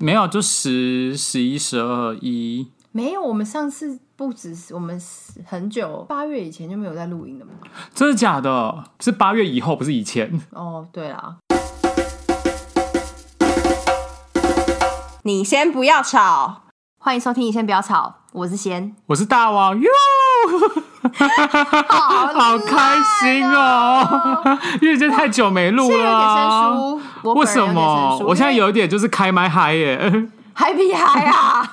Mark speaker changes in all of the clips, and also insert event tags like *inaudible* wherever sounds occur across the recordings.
Speaker 1: 没有，就十、十一、十二、一。
Speaker 2: 没有，我们上次不只是我们很久八月以前就没有在录音了嘛。
Speaker 1: 真的假的？是八月以后，不是以前。
Speaker 2: 哦，对啦，
Speaker 3: 你先不要吵，欢迎收听，你先不要吵，我是贤。
Speaker 1: 我是大王哟，
Speaker 2: 好
Speaker 1: 好开心哦！因为真的太久没录
Speaker 2: 这有
Speaker 1: 了
Speaker 2: 点生
Speaker 1: 啊、
Speaker 2: 疏，我
Speaker 1: 为
Speaker 2: 本人有
Speaker 1: 什
Speaker 2: 点
Speaker 1: 么
Speaker 2: 生？疏
Speaker 1: 我现在
Speaker 2: 因为
Speaker 1: 有一点就是开麦嗨耶。 *laughs*
Speaker 2: 嗨皮嗨啊！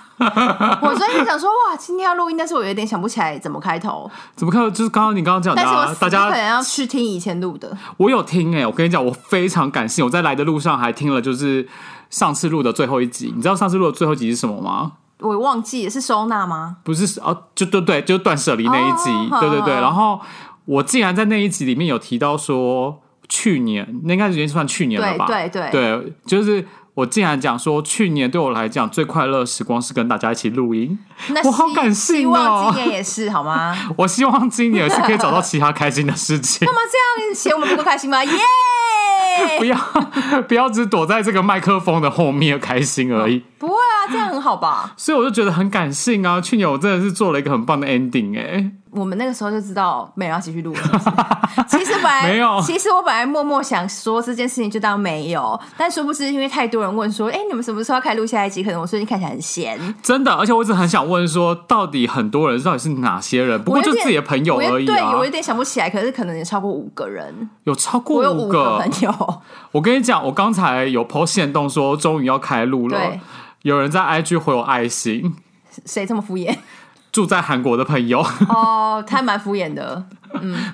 Speaker 2: 我昨天想说哇，今天要录音，但是我有点想不起来怎么开头，
Speaker 1: 怎么看？就是刚刚你刚刚讲的、
Speaker 2: 但是我
Speaker 1: 啊，
Speaker 2: 死
Speaker 1: 大
Speaker 2: 不可能
Speaker 1: 家
Speaker 2: 要去听以前录的。
Speaker 1: 我有听哎、我跟你讲，我非常感性。我在来的路上还听了，就是上次录的最后一集。你知道上次录的最后一集是什么吗？
Speaker 2: 我忘记是收纳吗？
Speaker 1: 不是哦，就对对，就是断舍离那一集，
Speaker 2: 哦
Speaker 1: 对对对。
Speaker 2: 好
Speaker 1: 然后我竟然在那一集里面有提到说，去年那应该已经算去年了
Speaker 2: 对
Speaker 1: 吧？
Speaker 2: 对对，
Speaker 1: 对，就是我竟然讲说，去年对我来讲最快乐的时光是跟大家一起录音。 *laughs*
Speaker 2: 那
Speaker 1: 我好
Speaker 2: 希
Speaker 1: 感
Speaker 2: 希
Speaker 1: 性哦
Speaker 2: 望今年也是好
Speaker 1: *laughs*
Speaker 2: 吗？
Speaker 1: 我希望今年是可以找到其他开心的事
Speaker 2: *laughs*
Speaker 1: 情
Speaker 2: 干，嘛这样嫌我们不够开心吗？
Speaker 1: *laughs*
Speaker 2: 耶、
Speaker 1: 不要不要只躲在这个麦克风的后面开心而已。
Speaker 2: 不会啊，这样很好吧？
Speaker 1: 所以我就觉得很感性啊，去年我真的是做了一个很棒的 ending 哎、
Speaker 2: 我们那个时候就知道没人要继续录了。是不是
Speaker 1: *laughs*
Speaker 2: 其实本来
Speaker 1: 没有
Speaker 2: 其实我本来默默想说这件事情就当没有，但殊不知因为太多人问说，哎、你们什么时候要开录下一集？可能我最近看起来很闲，
Speaker 1: 真的，而且我一直很想问说，到底很多人到底是哪些人？不
Speaker 2: 我
Speaker 1: 过
Speaker 2: 有
Speaker 1: 就
Speaker 2: 点
Speaker 1: 自己的朋友
Speaker 2: 我有
Speaker 1: 而已
Speaker 2: 对，
Speaker 1: 啊
Speaker 2: 我有，点想不起来，可是可能也超过五个人，
Speaker 1: 有超过
Speaker 2: 我有
Speaker 1: 五
Speaker 2: 五
Speaker 1: 个。
Speaker 2: 个朋友，
Speaker 1: 我跟你讲，我刚才有 PO 线动说终于要开录了
Speaker 2: 对，
Speaker 1: 有人在 IG 回我爱心，
Speaker 2: 谁这么敷衍？
Speaker 1: 住在韩国的朋友， *laughs*
Speaker 2: 哦，他蛮敷衍的，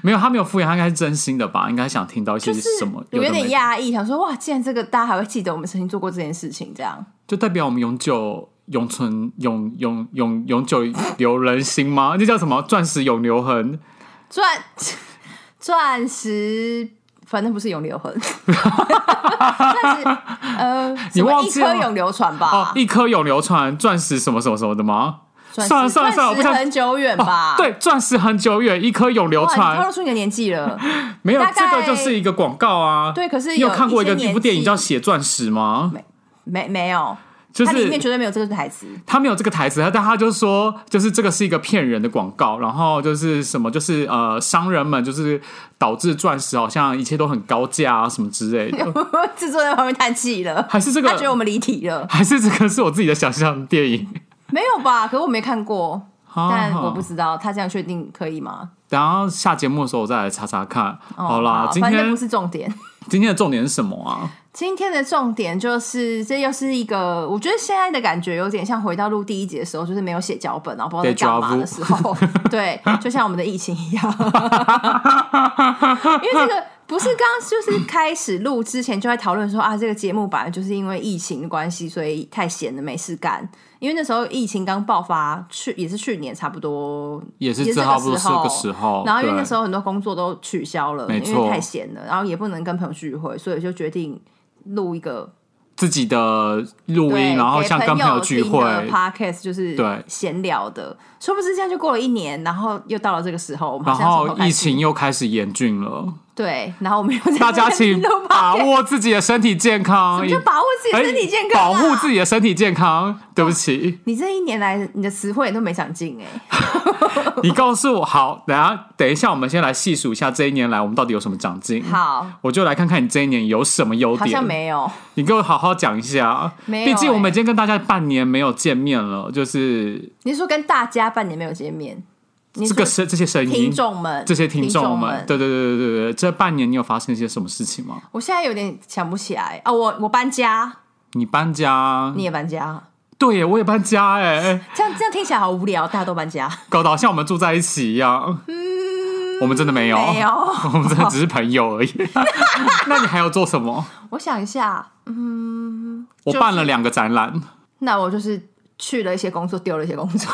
Speaker 1: 没有他没有敷衍，他应该是真心的吧？应该想听到一些
Speaker 2: 就是
Speaker 1: 什么？
Speaker 2: 我有
Speaker 1: 的没
Speaker 2: 点
Speaker 1: 的，
Speaker 2: 压抑，想说哇，既然这个大家还会记得我们曾经做过这件事情，这样
Speaker 1: 就代表我们永久。永存永永永永久留人心吗？那叫什么？钻石永留痕？
Speaker 2: 钻钻石，反正不是永流痕，钻石呃，
Speaker 1: 你
Speaker 2: 什么
Speaker 1: 忘
Speaker 2: 一
Speaker 1: 记了
Speaker 2: 颗
Speaker 1: 吗
Speaker 2: 永流传
Speaker 1: 哦
Speaker 2: 吧，？
Speaker 1: 一颗永流传，钻石什么什么什么的吗？
Speaker 2: 钻石
Speaker 1: 算了算了算了，我不
Speaker 2: 钻石
Speaker 1: 想
Speaker 2: 很久远吧？
Speaker 1: 哦，对，钻石很久远，一颗永流
Speaker 2: 哇，你透
Speaker 1: 传
Speaker 2: 露，出你的年纪了。
Speaker 1: 没有
Speaker 2: 大
Speaker 1: 这
Speaker 2: 概
Speaker 1: 个就是一个广告啊。
Speaker 2: 对可是
Speaker 1: 你有
Speaker 2: 有
Speaker 1: 看过一个
Speaker 2: 一些
Speaker 1: 一部电影
Speaker 2: 年纪
Speaker 1: 叫《血钻石》吗？
Speaker 2: 没没有，
Speaker 1: 就
Speaker 2: 它里面
Speaker 1: 是
Speaker 2: 绝对没有这个台词。
Speaker 1: 他没有这个台词，但他就说，就是这个是一个骗人的广告，然后就是什么，就是呃，商人们就是导致钻石好像一切都很高价啊，什么之类
Speaker 2: *laughs*
Speaker 1: 的，
Speaker 2: 制作人在旁边叹气了，
Speaker 1: 还是这
Speaker 2: 他觉得我
Speaker 1: 个，
Speaker 2: 们离题了。
Speaker 1: 还是这个是我自己的想象的电影。
Speaker 2: 没有吧？可我没看过，
Speaker 1: 啊
Speaker 2: *laughs* 但我不知道他这样确定可以吗？
Speaker 1: 等一下下节目的时候我再来查查看。
Speaker 2: 哦
Speaker 1: 好啦，今
Speaker 2: 反正不
Speaker 1: 天
Speaker 2: 是重点。 *laughs*
Speaker 1: 今天的重点是什么啊？
Speaker 2: 今天的重点就是，这又是一个，我觉得现在的感觉有点像回到录第一集的时候，就是没有写脚本，然后不知道在干嘛的时候，
Speaker 1: *laughs*
Speaker 2: 对，就像我们的疫情一样， *laughs* 因为这个不是刚就是开始录之前就在讨论说啊，这个节目本来就是因为疫情的关系，所以太闲了没事干，因为那时候疫情刚爆发，去也是去年差不多
Speaker 1: 也是
Speaker 2: 也是
Speaker 1: 正
Speaker 2: 这
Speaker 1: 好
Speaker 2: 个
Speaker 1: 不是
Speaker 2: 时
Speaker 1: 这
Speaker 2: 候
Speaker 1: 个时候，
Speaker 2: 然后因为
Speaker 1: 哦对
Speaker 2: 那时候很多工作都取消了，
Speaker 1: 没
Speaker 2: 因为
Speaker 1: 错
Speaker 2: 太闲了，然后也不能跟朋友聚会，所以就决定录一个
Speaker 1: 自己的录
Speaker 2: 对
Speaker 1: 音，然后像跟
Speaker 2: 给
Speaker 1: 朋
Speaker 2: 朋
Speaker 1: 友聚
Speaker 2: 听
Speaker 1: 会，
Speaker 2: 的 podcast，就是
Speaker 1: 对
Speaker 2: 闲聊的。殊不知这样就过了一年，然后又到了这个时候，我们
Speaker 1: 然
Speaker 2: 好像从头
Speaker 1: 后
Speaker 2: 开始
Speaker 1: 疫情又开始严峻
Speaker 2: *laughs*
Speaker 1: 了，
Speaker 2: 对，然后我们又在
Speaker 1: 大家
Speaker 2: 这边
Speaker 1: 请
Speaker 2: 录 podcast，
Speaker 1: 把握自己的身体健康，
Speaker 2: 你就把握自己的身体健康、
Speaker 1: 哎
Speaker 2: 啊
Speaker 1: 保护自
Speaker 2: 己。
Speaker 1: 己的身体健
Speaker 2: *laughs*
Speaker 1: 康。对不起，
Speaker 2: 你这一年来，你的词汇都没长进哎、
Speaker 1: 你告诉我，好，等一下等一下，我们先来细数一下这一年来我们到底有什么长进。 *laughs*
Speaker 2: 好，
Speaker 1: 我就来看看你这一年有什么优
Speaker 2: 好像
Speaker 1: 点，
Speaker 2: 没有。
Speaker 1: 你给我好好讲一下。
Speaker 2: 没有
Speaker 1: 毕竟我们
Speaker 2: 哎
Speaker 1: 已经跟大家半年没有见面了，就是
Speaker 2: 你是说跟大家半年没有见面，你
Speaker 1: 这
Speaker 2: 是
Speaker 1: 个声这些声音
Speaker 2: 听，众们，
Speaker 1: 这些听众
Speaker 2: 们
Speaker 1: 们，，对对对对对对，这半年你有发生一些什么事情吗？
Speaker 2: 我现在有点想不起来啊、我我搬家，
Speaker 1: 你搬家，
Speaker 2: 你也搬家，
Speaker 1: 对耶，我也搬家哎，
Speaker 2: 这样这样听起来好无聊，大家都搬家，
Speaker 1: 搞得好像我们住在一起一样。嗯，我们真的没有，
Speaker 2: 没有。
Speaker 1: *laughs* 我们真的只是朋友而
Speaker 2: *laughs*
Speaker 1: 已。那你还有做什么？
Speaker 2: 我想一下，
Speaker 1: 我
Speaker 2: 就是
Speaker 1: 办了两个展览， *laughs*
Speaker 2: 那我就是去了一些工作，丢了一些工作。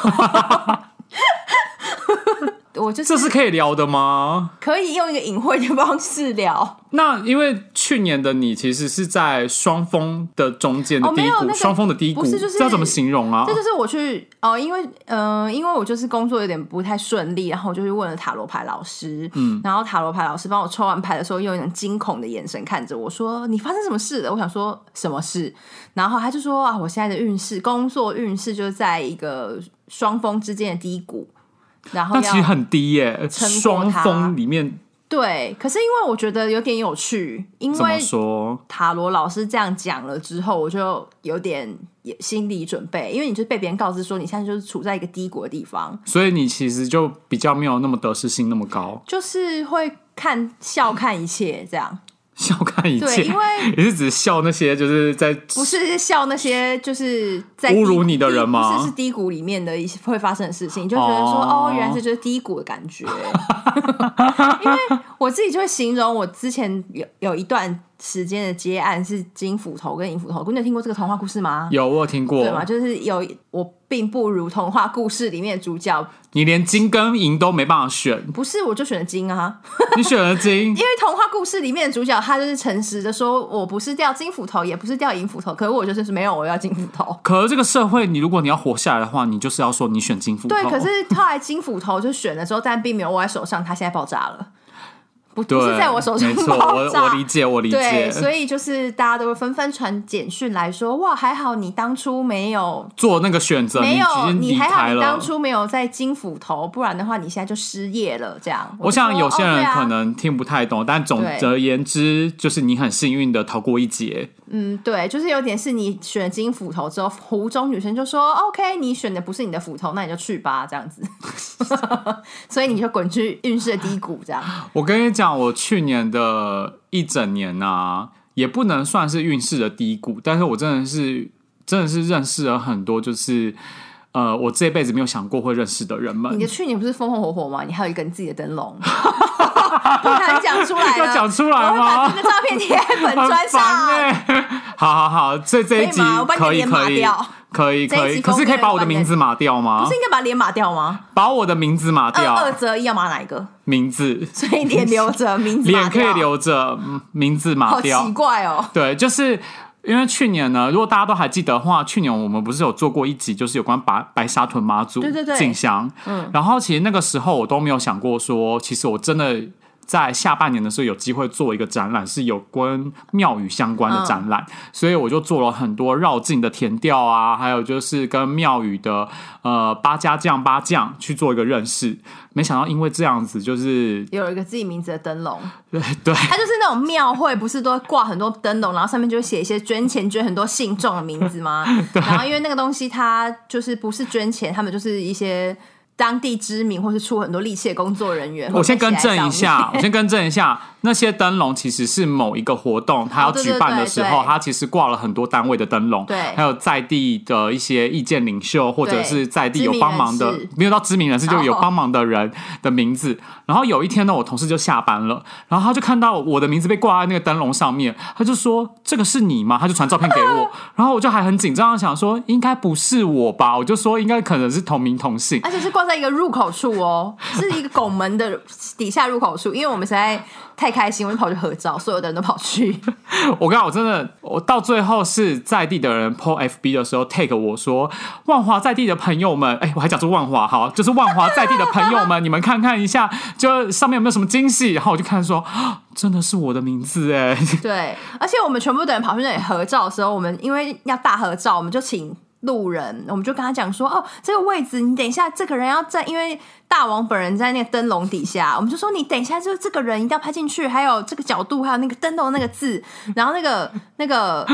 Speaker 2: 我就是
Speaker 1: 这是可以聊的吗？
Speaker 2: 可以用一个隐晦的方式聊。
Speaker 1: 那因为去年的你其实是在双峰的中间的
Speaker 2: 哦
Speaker 1: 低
Speaker 2: 没有
Speaker 1: 谷，
Speaker 2: 那个
Speaker 1: 双峰的低谷，
Speaker 2: 不是就是
Speaker 1: 这要怎么形容啊
Speaker 2: 这？就是我去哦，因为呃，因为我就是工作有点不太顺利，然后我就去问了塔罗牌老师，嗯，然后塔罗牌老师帮我抽完牌的时候，用一种惊恐的眼神看着我说：“你发生什么事了？”我想说什么事，然后他就说：“啊，我现在的运势，工作运势就是在一个双峰之间的低谷。”然后
Speaker 1: 那
Speaker 2: 要
Speaker 1: 其实很低耶，
Speaker 2: 撑过
Speaker 1: 双
Speaker 2: 它
Speaker 1: 峰里面
Speaker 2: 对，可是因为我觉得有点有趣，因
Speaker 1: 怎么
Speaker 2: 为
Speaker 1: 说？
Speaker 2: 塔罗老师这样讲了之后，我就有点也心理准备，因为你就被别人告知说你现在就是处在一个低谷的地方，
Speaker 1: 所以你其实就比较没有那么得失心那么高，
Speaker 2: 就是会看笑看一切这样。
Speaker 1: 笑看一切。
Speaker 2: 对，因为
Speaker 1: *laughs* 你是只笑那些就是在
Speaker 2: 不是笑那些就是在
Speaker 1: 侮
Speaker 2: 低
Speaker 1: 辱你的
Speaker 2: 低
Speaker 1: 人吗
Speaker 2: 不是，是低谷里面的一些会发生的事情，就觉得说
Speaker 1: 哦
Speaker 2: 哦原来这就是低谷的感
Speaker 1: *laughs*
Speaker 2: 觉。因为我自己就会形容我之前有有一段时间的接案是金斧头跟银斧头，你有听过这个童话故事吗？
Speaker 1: 有我有听过
Speaker 2: 啊对，吗？就是有我并不如童话故事里面的主角，
Speaker 1: 你连金跟银都没办法
Speaker 2: *laughs*
Speaker 1: 选，
Speaker 2: 不是我就选了金啊，
Speaker 1: 你选了金
Speaker 2: 因为童话故事里面的主角他就是诚实的说，我不是掉金斧头，也不是掉银斧头，可是我就是没有我
Speaker 1: *laughs*
Speaker 2: 要金斧头。
Speaker 1: 可是这个社会，你如果你要活下来的话，你就是要说你选金斧头。
Speaker 2: 对，可是后来金斧头就选了之后，但并没有握在手上，它现在爆炸了，不
Speaker 1: 对
Speaker 2: 不是在我手上
Speaker 1: 没错，
Speaker 2: 爆
Speaker 1: 我
Speaker 2: 炸。
Speaker 1: 我理解，我理
Speaker 2: 对，
Speaker 1: 解。
Speaker 2: 所以就是大家都会纷纷传简讯来说，哇，还好你当初没有
Speaker 1: 做那个选择，
Speaker 2: 没有，
Speaker 1: 呃你已经离
Speaker 2: 还好
Speaker 1: 开
Speaker 2: 你当
Speaker 1: 了。
Speaker 2: 初没有在金斧头，不然的话你现在就失业了。这样，
Speaker 1: 我
Speaker 2: 就说
Speaker 1: 想有些
Speaker 2: 哦对
Speaker 1: 人
Speaker 2: 啊
Speaker 1: 可能听不太懂，但总
Speaker 2: 对
Speaker 1: 而言之，就是你很幸运的逃过一劫。
Speaker 2: 嗯，对，就是有点是你选金斧头之后，湖中女生就说：“OK，你选的不是你的斧头，那你就去吧，这样子。” *laughs* 所以你就滚去运势的低谷，这样。
Speaker 1: 我跟你讲，我去年的一整年啊，也不能算是运势的低谷，但是我真的是真的是认识了很多，就是呃，我这辈子没有想过会认识的人们
Speaker 2: 你。的去年不是风风火火吗？你还有一个你自己的灯笼， *laughs* 不敢讲出来了，
Speaker 1: 要讲出来
Speaker 2: 我会把
Speaker 1: 吗
Speaker 2: 这个照片贴在粉
Speaker 1: 很 *laughs*
Speaker 2: 砖上。
Speaker 1: 烦欸 *laughs* 好好好，这这一集
Speaker 2: 可以吗我把你的
Speaker 1: 可以
Speaker 2: 脸码
Speaker 1: 可以
Speaker 2: 掉
Speaker 1: 可以
Speaker 2: 这一
Speaker 1: 可以，
Speaker 2: 集
Speaker 1: 可是可以把我的名字码掉吗
Speaker 2: 不是？应该呃把脸码掉吗？
Speaker 1: 把我的名字码
Speaker 2: 二
Speaker 1: 掉，
Speaker 2: 二择一要码哪一个？
Speaker 1: 名字
Speaker 2: 所以脸留着，名字
Speaker 1: 脸
Speaker 2: 码
Speaker 1: 可以
Speaker 2: 掉，
Speaker 1: 留着，嗯名字码
Speaker 2: 好奇
Speaker 1: 掉。
Speaker 2: 怪哦。
Speaker 1: 对，就是因为去年呢，如果大家都还记得的话，去年我们不是有做过一集，就是有关白白沙屯妈祖
Speaker 2: 对对对
Speaker 1: 进香。嗯，然后其实那个时候我都没有想过说，其实我真的。在下半年的时候有机会做一个展览，是有关庙宇相关
Speaker 2: 嗯
Speaker 1: 的展览，所以我就做了很多绕境的填调啊，还有就是跟庙宇的呃八家将八将去做一个认识。没想到因为这样子，就是 *laughs*
Speaker 2: 有一个自己名字的灯笼，
Speaker 1: 对
Speaker 2: 它就是那种庙会，不是都会挂很多灯笼，然后上面就会写一些捐钱捐很多信众的名字
Speaker 1: *laughs*
Speaker 2: 吗？然后因为那个东西它就是不是捐钱，他们就是一些当地知名或是出很多力气的工作人员。
Speaker 1: 我先更正一
Speaker 2: 会
Speaker 1: 下，
Speaker 2: 被写在上面
Speaker 1: 我先更正一下，那些灯笼其实是某一个活动，它要
Speaker 2: 哦对对
Speaker 1: 举办的时候，
Speaker 2: 对对
Speaker 1: 它其实挂了很多单位的灯笼，
Speaker 2: 对
Speaker 1: 还有在地的一些意见领袖或者
Speaker 2: 对
Speaker 1: 是在地
Speaker 2: 知
Speaker 1: 有
Speaker 2: 名
Speaker 1: 帮忙的
Speaker 2: 人士，哦
Speaker 1: 没有到知名人士，就有帮忙的人的名字。然后有一天呢，我同事就下班了，然后他就看到我的名字被挂在那个灯笼上面，他就说：“这个是你吗？”他就传照片给
Speaker 2: *laughs*
Speaker 1: 我，然后我就还很紧张，想说应该不是我吧，我就说应该可能是同名同姓。
Speaker 2: *laughs* 而且是挂在一个入口处哦，是一个拱门的底下入口处，因为我们实在太开心，我们就跑去合照，所有的人都跑去。
Speaker 1: 我跟你讲，我真的，我到最后是在地的人 po FB 的时候 take 我说，万华在地的朋友们，哎、我还讲出万华，好，就是万华在地的朋友们，你们 *laughs* 看看一下，就上面有没有什么惊喜？然后我就看说，啊真的是我的名字哎， *laughs*
Speaker 2: 对，而且我们全部的人跑去那里合照的时候，我们因为要大合照，我们就请路人，我们就跟他讲说，哦，这个位置你等一下，这个人要在，因为大王本人在那个灯笼底下，我们就说你等一下，就这个人一定要拍进去，还有这个角度，还有那个灯笼那个字，然后那个那个。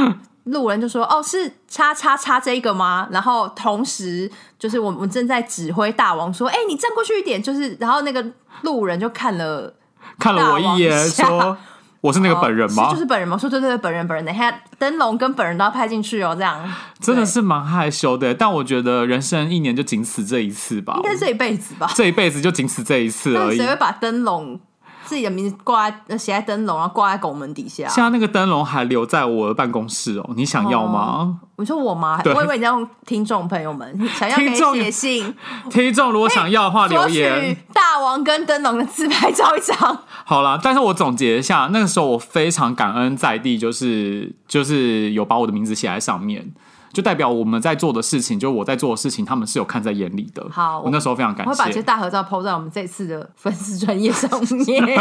Speaker 2: 路人就说：“哦，是叉叉叉这个吗？”然后同时就是我们正在指挥大王说：“哎、你站过去一点。”就是，然后那个路人就看了
Speaker 1: 看了我一眼，
Speaker 2: 大王一下
Speaker 1: 说我是那个本人吗？
Speaker 2: 哦是就是本人吗？说对对对，本人本人。等一下灯笼跟本人都要拍进去哦，这样
Speaker 1: 真的是蛮害羞的，但我觉得人生一年就仅此这一次吧
Speaker 2: 应，该是这一辈子吧？
Speaker 1: 这一辈子就仅此这一次
Speaker 2: 但
Speaker 1: 而已
Speaker 2: 谁。会把灯笼自己的名字挂在呃写在灯笼，然后挂在拱门底下。
Speaker 1: 现在那个灯笼还留在我的办公室哦，你想要吗？
Speaker 2: 你说我吗？
Speaker 1: 对
Speaker 2: 我以为你在用听众朋友们，想要可
Speaker 1: 听众
Speaker 2: 以写信，
Speaker 1: 听众如果想要的话，留
Speaker 2: 索
Speaker 1: 言
Speaker 2: 取。大王跟灯笼的自拍照一张。
Speaker 1: 好啦，但是我总结一下，那个时候我非常感恩在地，就是就是有把我的名字写在上面，就代表我们在做的事情，就我在做的事情，他们是有看在眼里的。
Speaker 2: 好
Speaker 1: 我那时候非常感
Speaker 2: 我会把这些
Speaker 1: 谢。
Speaker 2: 大合照 PO 在我们这次的粉丝专业上
Speaker 1: *laughs*
Speaker 2: 面，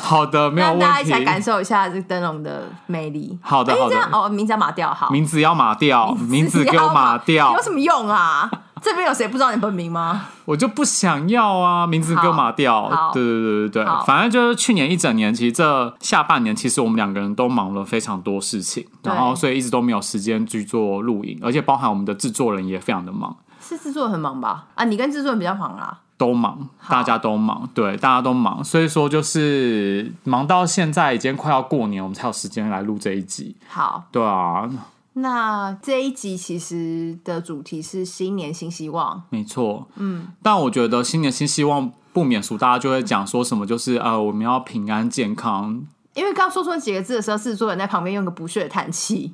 Speaker 1: 好的，没有
Speaker 2: 让
Speaker 1: 问
Speaker 2: 大家一起来
Speaker 1: 题。
Speaker 2: 感受一下这灯笼的魅力。
Speaker 1: 好的
Speaker 2: 哎
Speaker 1: 好的
Speaker 2: 这样哦，名字要码掉，好，
Speaker 1: 名字要码
Speaker 2: *laughs*
Speaker 1: 掉，哦名字给
Speaker 2: 要
Speaker 1: 我码掉
Speaker 2: 有，什么用啊？这边有谁不知道你本名吗？
Speaker 1: 我就不想要啊！名字给我码掉
Speaker 2: 好，
Speaker 1: 对对对对
Speaker 2: 好
Speaker 1: 对，反正就是去年一整年，其实这下半年，其实我们两个人都忙了非常多事情，
Speaker 2: 对
Speaker 1: 然后所以一直都没有时间去做录影，而且包含我们的制作人也非常的忙。
Speaker 2: 是制作人很忙吧？啊，你跟制作人比较忙啊啦。
Speaker 1: 都忙，大家都忙，对，大家都忙，所以说就是忙到现在已经快要过年，我们才有时间来录这一集。
Speaker 2: 好，
Speaker 1: 对啊，
Speaker 2: 那这一集其实的主题是新年新希望，
Speaker 1: 没错，嗯，但我觉得新年新希望不免俗，大家就会讲说什么，就是呃，我们要平安健康。
Speaker 2: 因为刚说出那几个字的时候，制作人在旁边用个不屑的叹气。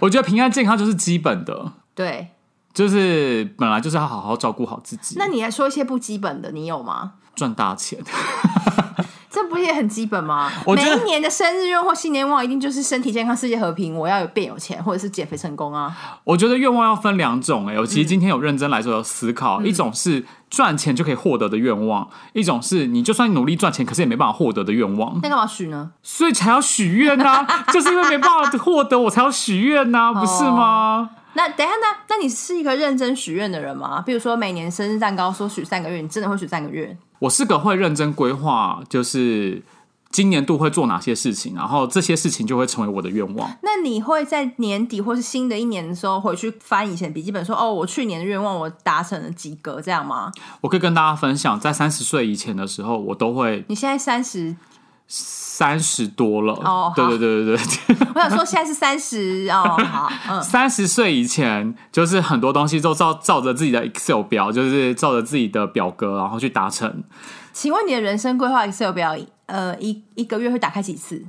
Speaker 1: 我觉得平安健康就是基本的，
Speaker 2: 对，
Speaker 1: 就是本来就是要好好照顾好自己，
Speaker 2: 那你还说一些不基本的，你有吗？
Speaker 1: 赚大钱。
Speaker 2: 这不是也很基本吗？
Speaker 1: 我
Speaker 2: 每
Speaker 1: 觉得
Speaker 2: 一年的生日愿或新年愿望，一定就是身体健康、世界和平，我要有变有钱，或者是减肥成功啊。
Speaker 1: 我觉得愿望要分两种、欸，哎，我其实今天有认真来说有思考，
Speaker 2: 嗯
Speaker 1: 一种是赚钱就可以获得的愿望，一种是你就算努力赚钱，可是也没办法获得的愿望，
Speaker 2: 那干嘛许呢？
Speaker 1: 所以才要许愿呐，
Speaker 2: *laughs*
Speaker 1: 就是因为没办法获得，我才要许愿呐，
Speaker 2: 哦
Speaker 1: 不是吗？
Speaker 2: 那等一下，那那你是一个认真许愿的人吗？比如说每年生日蛋糕说许三个月，你真的会许三个月？
Speaker 1: 我是个会认真规划，就是今年度会做哪些事情，然后这些事情就会成为我的愿望。
Speaker 2: 那你会在年底或是新的一年的时候回去翻以前笔记本说，哦，我去年的愿望我达成了几个这样吗？
Speaker 1: 我可以跟大家分享，在三十岁以前的时候，我都会
Speaker 2: 你现在三十，
Speaker 1: 三十多了。
Speaker 2: 哦好
Speaker 1: 对对对对对。
Speaker 2: 我想说现在是三
Speaker 1: *laughs*
Speaker 2: 十哦，好，嗯，
Speaker 1: 三十岁以前，就是很多东西都照照着自己的 Excel 表，就是照着自己的表格，然后去达成。
Speaker 2: 请问你的人生规划 Excel 表，呃，一一个月会打开几次？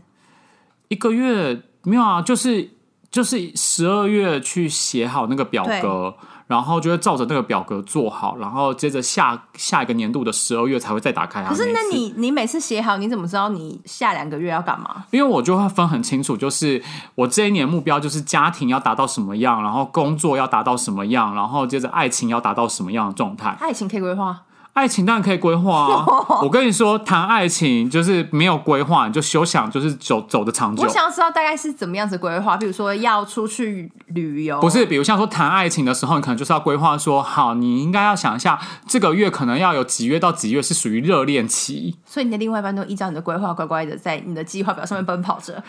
Speaker 1: 一个月没有啊，就是就是十二月去写好那个表格，然后就会照着那个表格做好，然后接着下下一个年度的十二月才会再打开它
Speaker 2: 可
Speaker 1: 一次。
Speaker 2: 是那你你每次写好，你怎么知道你下两个月要干嘛？
Speaker 1: 因为我就会分很清楚，就是我这一年目标就是家庭要达到什么样，然后工作要达到什么样，然后接着爱情要达到什么样的状态。
Speaker 2: 爱情可以规划，
Speaker 1: 爱情当然可以规划
Speaker 2: *laughs*
Speaker 1: 啊！我跟你说，谈爱情就是没有规划，你就休想就是走走的长久
Speaker 2: 我。想要知道大概是怎么样子规划，比如说要出去旅游，
Speaker 1: 不是，比如像说谈爱情的时候，你可能就是要规划说，好，你应该要想一下，这个月可能要有几月到几月是属于热恋
Speaker 2: *laughs*
Speaker 1: 期，
Speaker 2: 所以你的另外一半都依照你的规划，乖乖的在你的计划表上面奔跑着。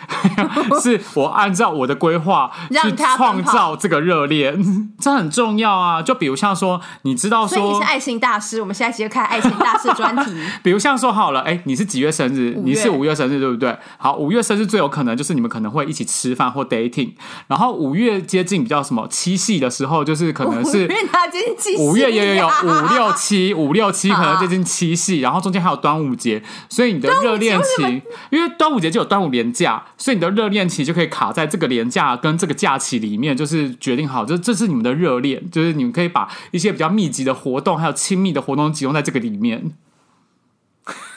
Speaker 1: 是我按照我的规划去
Speaker 2: 让他奔跑
Speaker 1: 创造这个热恋， *laughs* 这很重要啊！就比如像说，你知道
Speaker 2: 所以你
Speaker 1: 说
Speaker 2: 是，爱情大师，我们下一集就看爱情大师专题。
Speaker 1: 比如像说好了，哎、你是几月生日？
Speaker 2: 五月
Speaker 1: 你是五月生日，对不对？好，五月生日最有可能就是你们可能会一起吃饭或 dating，然后五月接近比较什么七夕的时候，就是 *laughs* 可能
Speaker 2: 五
Speaker 1: 是。
Speaker 2: 月他接
Speaker 1: *laughs*
Speaker 2: 近七夕
Speaker 1: 五月也
Speaker 2: *laughs*
Speaker 1: 有有五六
Speaker 2: 啊
Speaker 1: 七 *laughs* 五六七，可能接近七夕，然后中间还有端午节，所以你的热恋期，因为端午节就有端午连假，所以你的热恋期就可以卡在这个连假跟这个假期里面，就是决定好，这这是你们的热恋，就是你们可以把一些比较密集的活动还有亲密的活动集中在这个里面。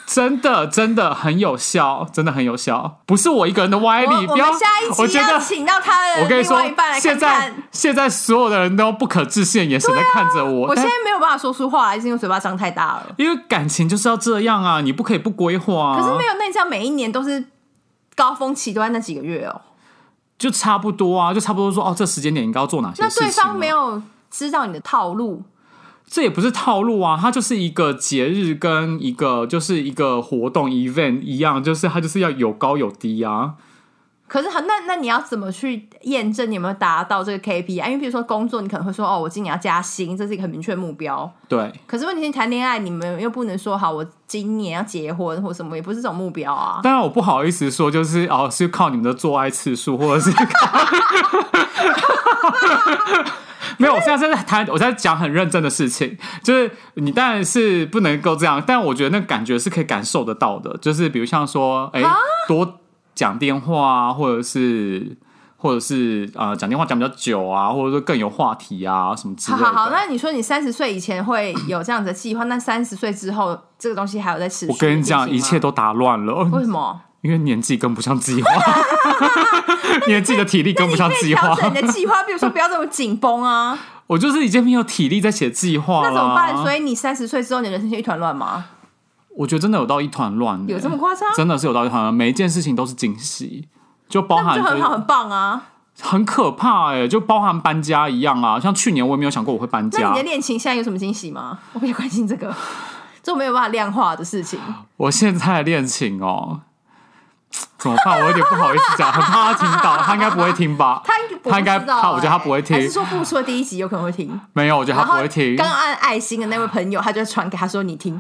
Speaker 1: 真的，真的很有效，真的很有效，不是我一个人的歪
Speaker 2: 我
Speaker 1: 理。
Speaker 2: 我
Speaker 1: 不
Speaker 2: 们
Speaker 1: 要，
Speaker 2: 下一
Speaker 1: 我
Speaker 2: 集
Speaker 1: 觉得
Speaker 2: 要请到他的
Speaker 1: 我跟你
Speaker 2: 另
Speaker 1: 说
Speaker 2: 外一半，来看
Speaker 1: 现在
Speaker 2: 看。
Speaker 1: 现在所有的人都不可置信的眼神在看着啊我，
Speaker 2: 我现
Speaker 1: 但
Speaker 2: 在没有办法说出话来，是因为嘴巴张太大了。 *laughs*
Speaker 1: 因为感情就是要这样啊，你不可以不规划、啊。
Speaker 2: 可是没有，那你这样每一年都是高峰期都在那几个月哦。
Speaker 1: 就差不多啊，就差不多说哦，这时间点应该要做哪些
Speaker 2: 那
Speaker 1: 事情、啊
Speaker 2: 对方没，有知道你的套路，
Speaker 1: 这也不是套路啊，它就是一个节日跟一个就是一个活动 event 一样，就是它就是要有高有低啊。
Speaker 2: 可是很那那你要怎么去验证你有没有达到这个 KPI？因为比如说工作，你可能会说哦，我今年要加薪，这是一个很明确的目标。
Speaker 1: 对，
Speaker 2: 可是问题是谈恋爱，你们又不能说好我今年要结婚或什么，也不是这种目标啊。
Speaker 1: 当然我不好意思说，就是哦，
Speaker 2: *laughs*
Speaker 1: 是靠你们的做爱次数，或者是靠。没有，我现在在谈，我在讲很认真的事情，就是你当然是不能够这样，但我觉得那个感觉是可以感受得到的，就是比如像说，
Speaker 2: 啊
Speaker 1: 哎、多讲电话啊，或者是。或者是呃讲电话讲比较久啊，或者说更有话题啊什么之
Speaker 2: 好
Speaker 1: 类的。
Speaker 2: 好好，那你说你三十岁以前会有这样子的计划，那三十岁之后这个东西还有在持续？
Speaker 1: 我跟你讲，一切
Speaker 2: 都
Speaker 1: 都打乱了。
Speaker 2: 为什么？
Speaker 1: 因为年纪跟不上
Speaker 2: *laughs*
Speaker 1: 计划， *laughs* 年纪的体力跟不上
Speaker 2: 哎你可以
Speaker 1: 计
Speaker 2: 调整
Speaker 1: 划
Speaker 2: 你，的计划，比如说不要这么紧
Speaker 1: *laughs*
Speaker 2: 绷啊，
Speaker 1: 我就是已经没有体力在写计划了。
Speaker 2: 那怎么办？所
Speaker 1: 以
Speaker 2: 以你三十岁之后，你的人生就一团乱吗？
Speaker 1: 我觉得真的有到一团乱、欸
Speaker 2: 有这么夸张？
Speaker 1: 真的是有到一团乱，每一件事情都是惊喜，就包
Speaker 2: *laughs* 那
Speaker 1: 含
Speaker 2: 不就很好，很棒啊！
Speaker 1: 很可怕哎、就包含搬家一样啊。像去年我也没有想过我会搬
Speaker 2: 那
Speaker 1: 家
Speaker 2: 你的，恋情现在有什么惊喜吗？ *laughs* 我比较关心这个，这种没有办法量化的事情。
Speaker 1: 我现在的恋情哦。怎么办？我有点不好意思讲，很怕他听到，他应该不会听吧？
Speaker 2: 他应
Speaker 1: 他应该
Speaker 2: 我不知道
Speaker 1: 他我觉得他
Speaker 2: 欸
Speaker 1: 不会听
Speaker 2: 还是说付出的第一集有可能会听，
Speaker 1: 没有，我觉得
Speaker 2: 然
Speaker 1: 他
Speaker 2: 后
Speaker 1: 不会听。
Speaker 2: 刚按爱心的那位朋友，他就传给他说你听，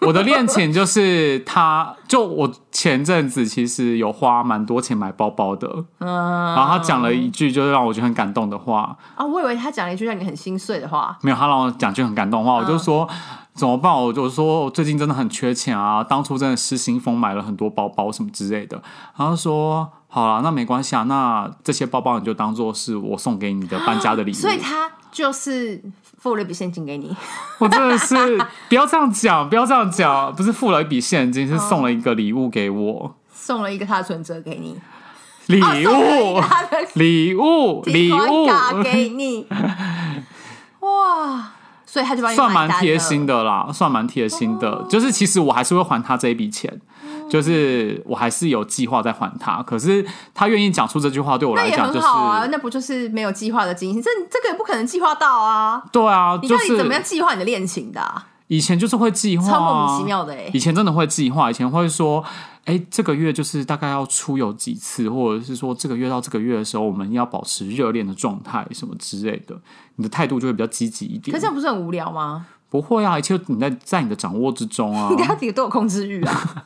Speaker 1: 我的恋情就是他，就我前阵子其实有花蛮多钱买包包的，
Speaker 2: 嗯
Speaker 1: 然后他讲了一句就是让我觉得很感动的话，
Speaker 2: 啊，我以为他讲了一句让你很心碎的话，
Speaker 1: 没有他让我讲句很感
Speaker 2: 嗯
Speaker 1: 动的话，我就说。怎么办？我就说我最近真的很缺钱啊，当初真的失心疯买了很多包包什么之类的。然后说好啦，那没关系啊，那这些包包你就当做是我送给你的搬家的礼物。
Speaker 2: *laughs* 所以他就是付了一笔现金给你，
Speaker 1: 我真的是不要这样讲，不要这样讲，不是付了一笔现金，
Speaker 2: 哦
Speaker 1: 是送了一个礼物给我，
Speaker 2: 送了一个他的存折给你，
Speaker 1: 礼
Speaker 2: 啊送了一
Speaker 1: 物
Speaker 2: 个。他的
Speaker 1: 礼物，礼物
Speaker 2: 提款卡给你，哇！所以他就把你
Speaker 1: 算蛮贴心
Speaker 2: 的，哦
Speaker 1: 的啦，算蛮贴心的。就是其实我还是会还他这一笔钱，
Speaker 2: 嗯
Speaker 1: 就是我还是有计划在还他。可是他愿意讲出这句话，对我
Speaker 2: 那
Speaker 1: 来
Speaker 2: 也
Speaker 1: 讲就
Speaker 2: 很
Speaker 1: 是
Speaker 2: 好啊，那不就是没有计划的惊喜？这这个也不可能计划到啊！
Speaker 1: 对啊，
Speaker 2: 你
Speaker 1: 就
Speaker 2: 到底怎么样
Speaker 1: 是
Speaker 2: 计划你的恋情的啊？
Speaker 1: 以前就是会计划啊，
Speaker 2: 超莫名其妙的欸
Speaker 1: 以前真的会计划，以前会说。哎，这个月就是大概要出游几次，或者是说这个月到这个月的时候，我们要保持热恋的状态什么之类的，你的态度就会比较积极一点
Speaker 2: 可。这样不是很无聊吗？
Speaker 1: 不会啊，一切你在在你的掌握之中啊。
Speaker 2: *laughs* 你到底有多有控制欲啊？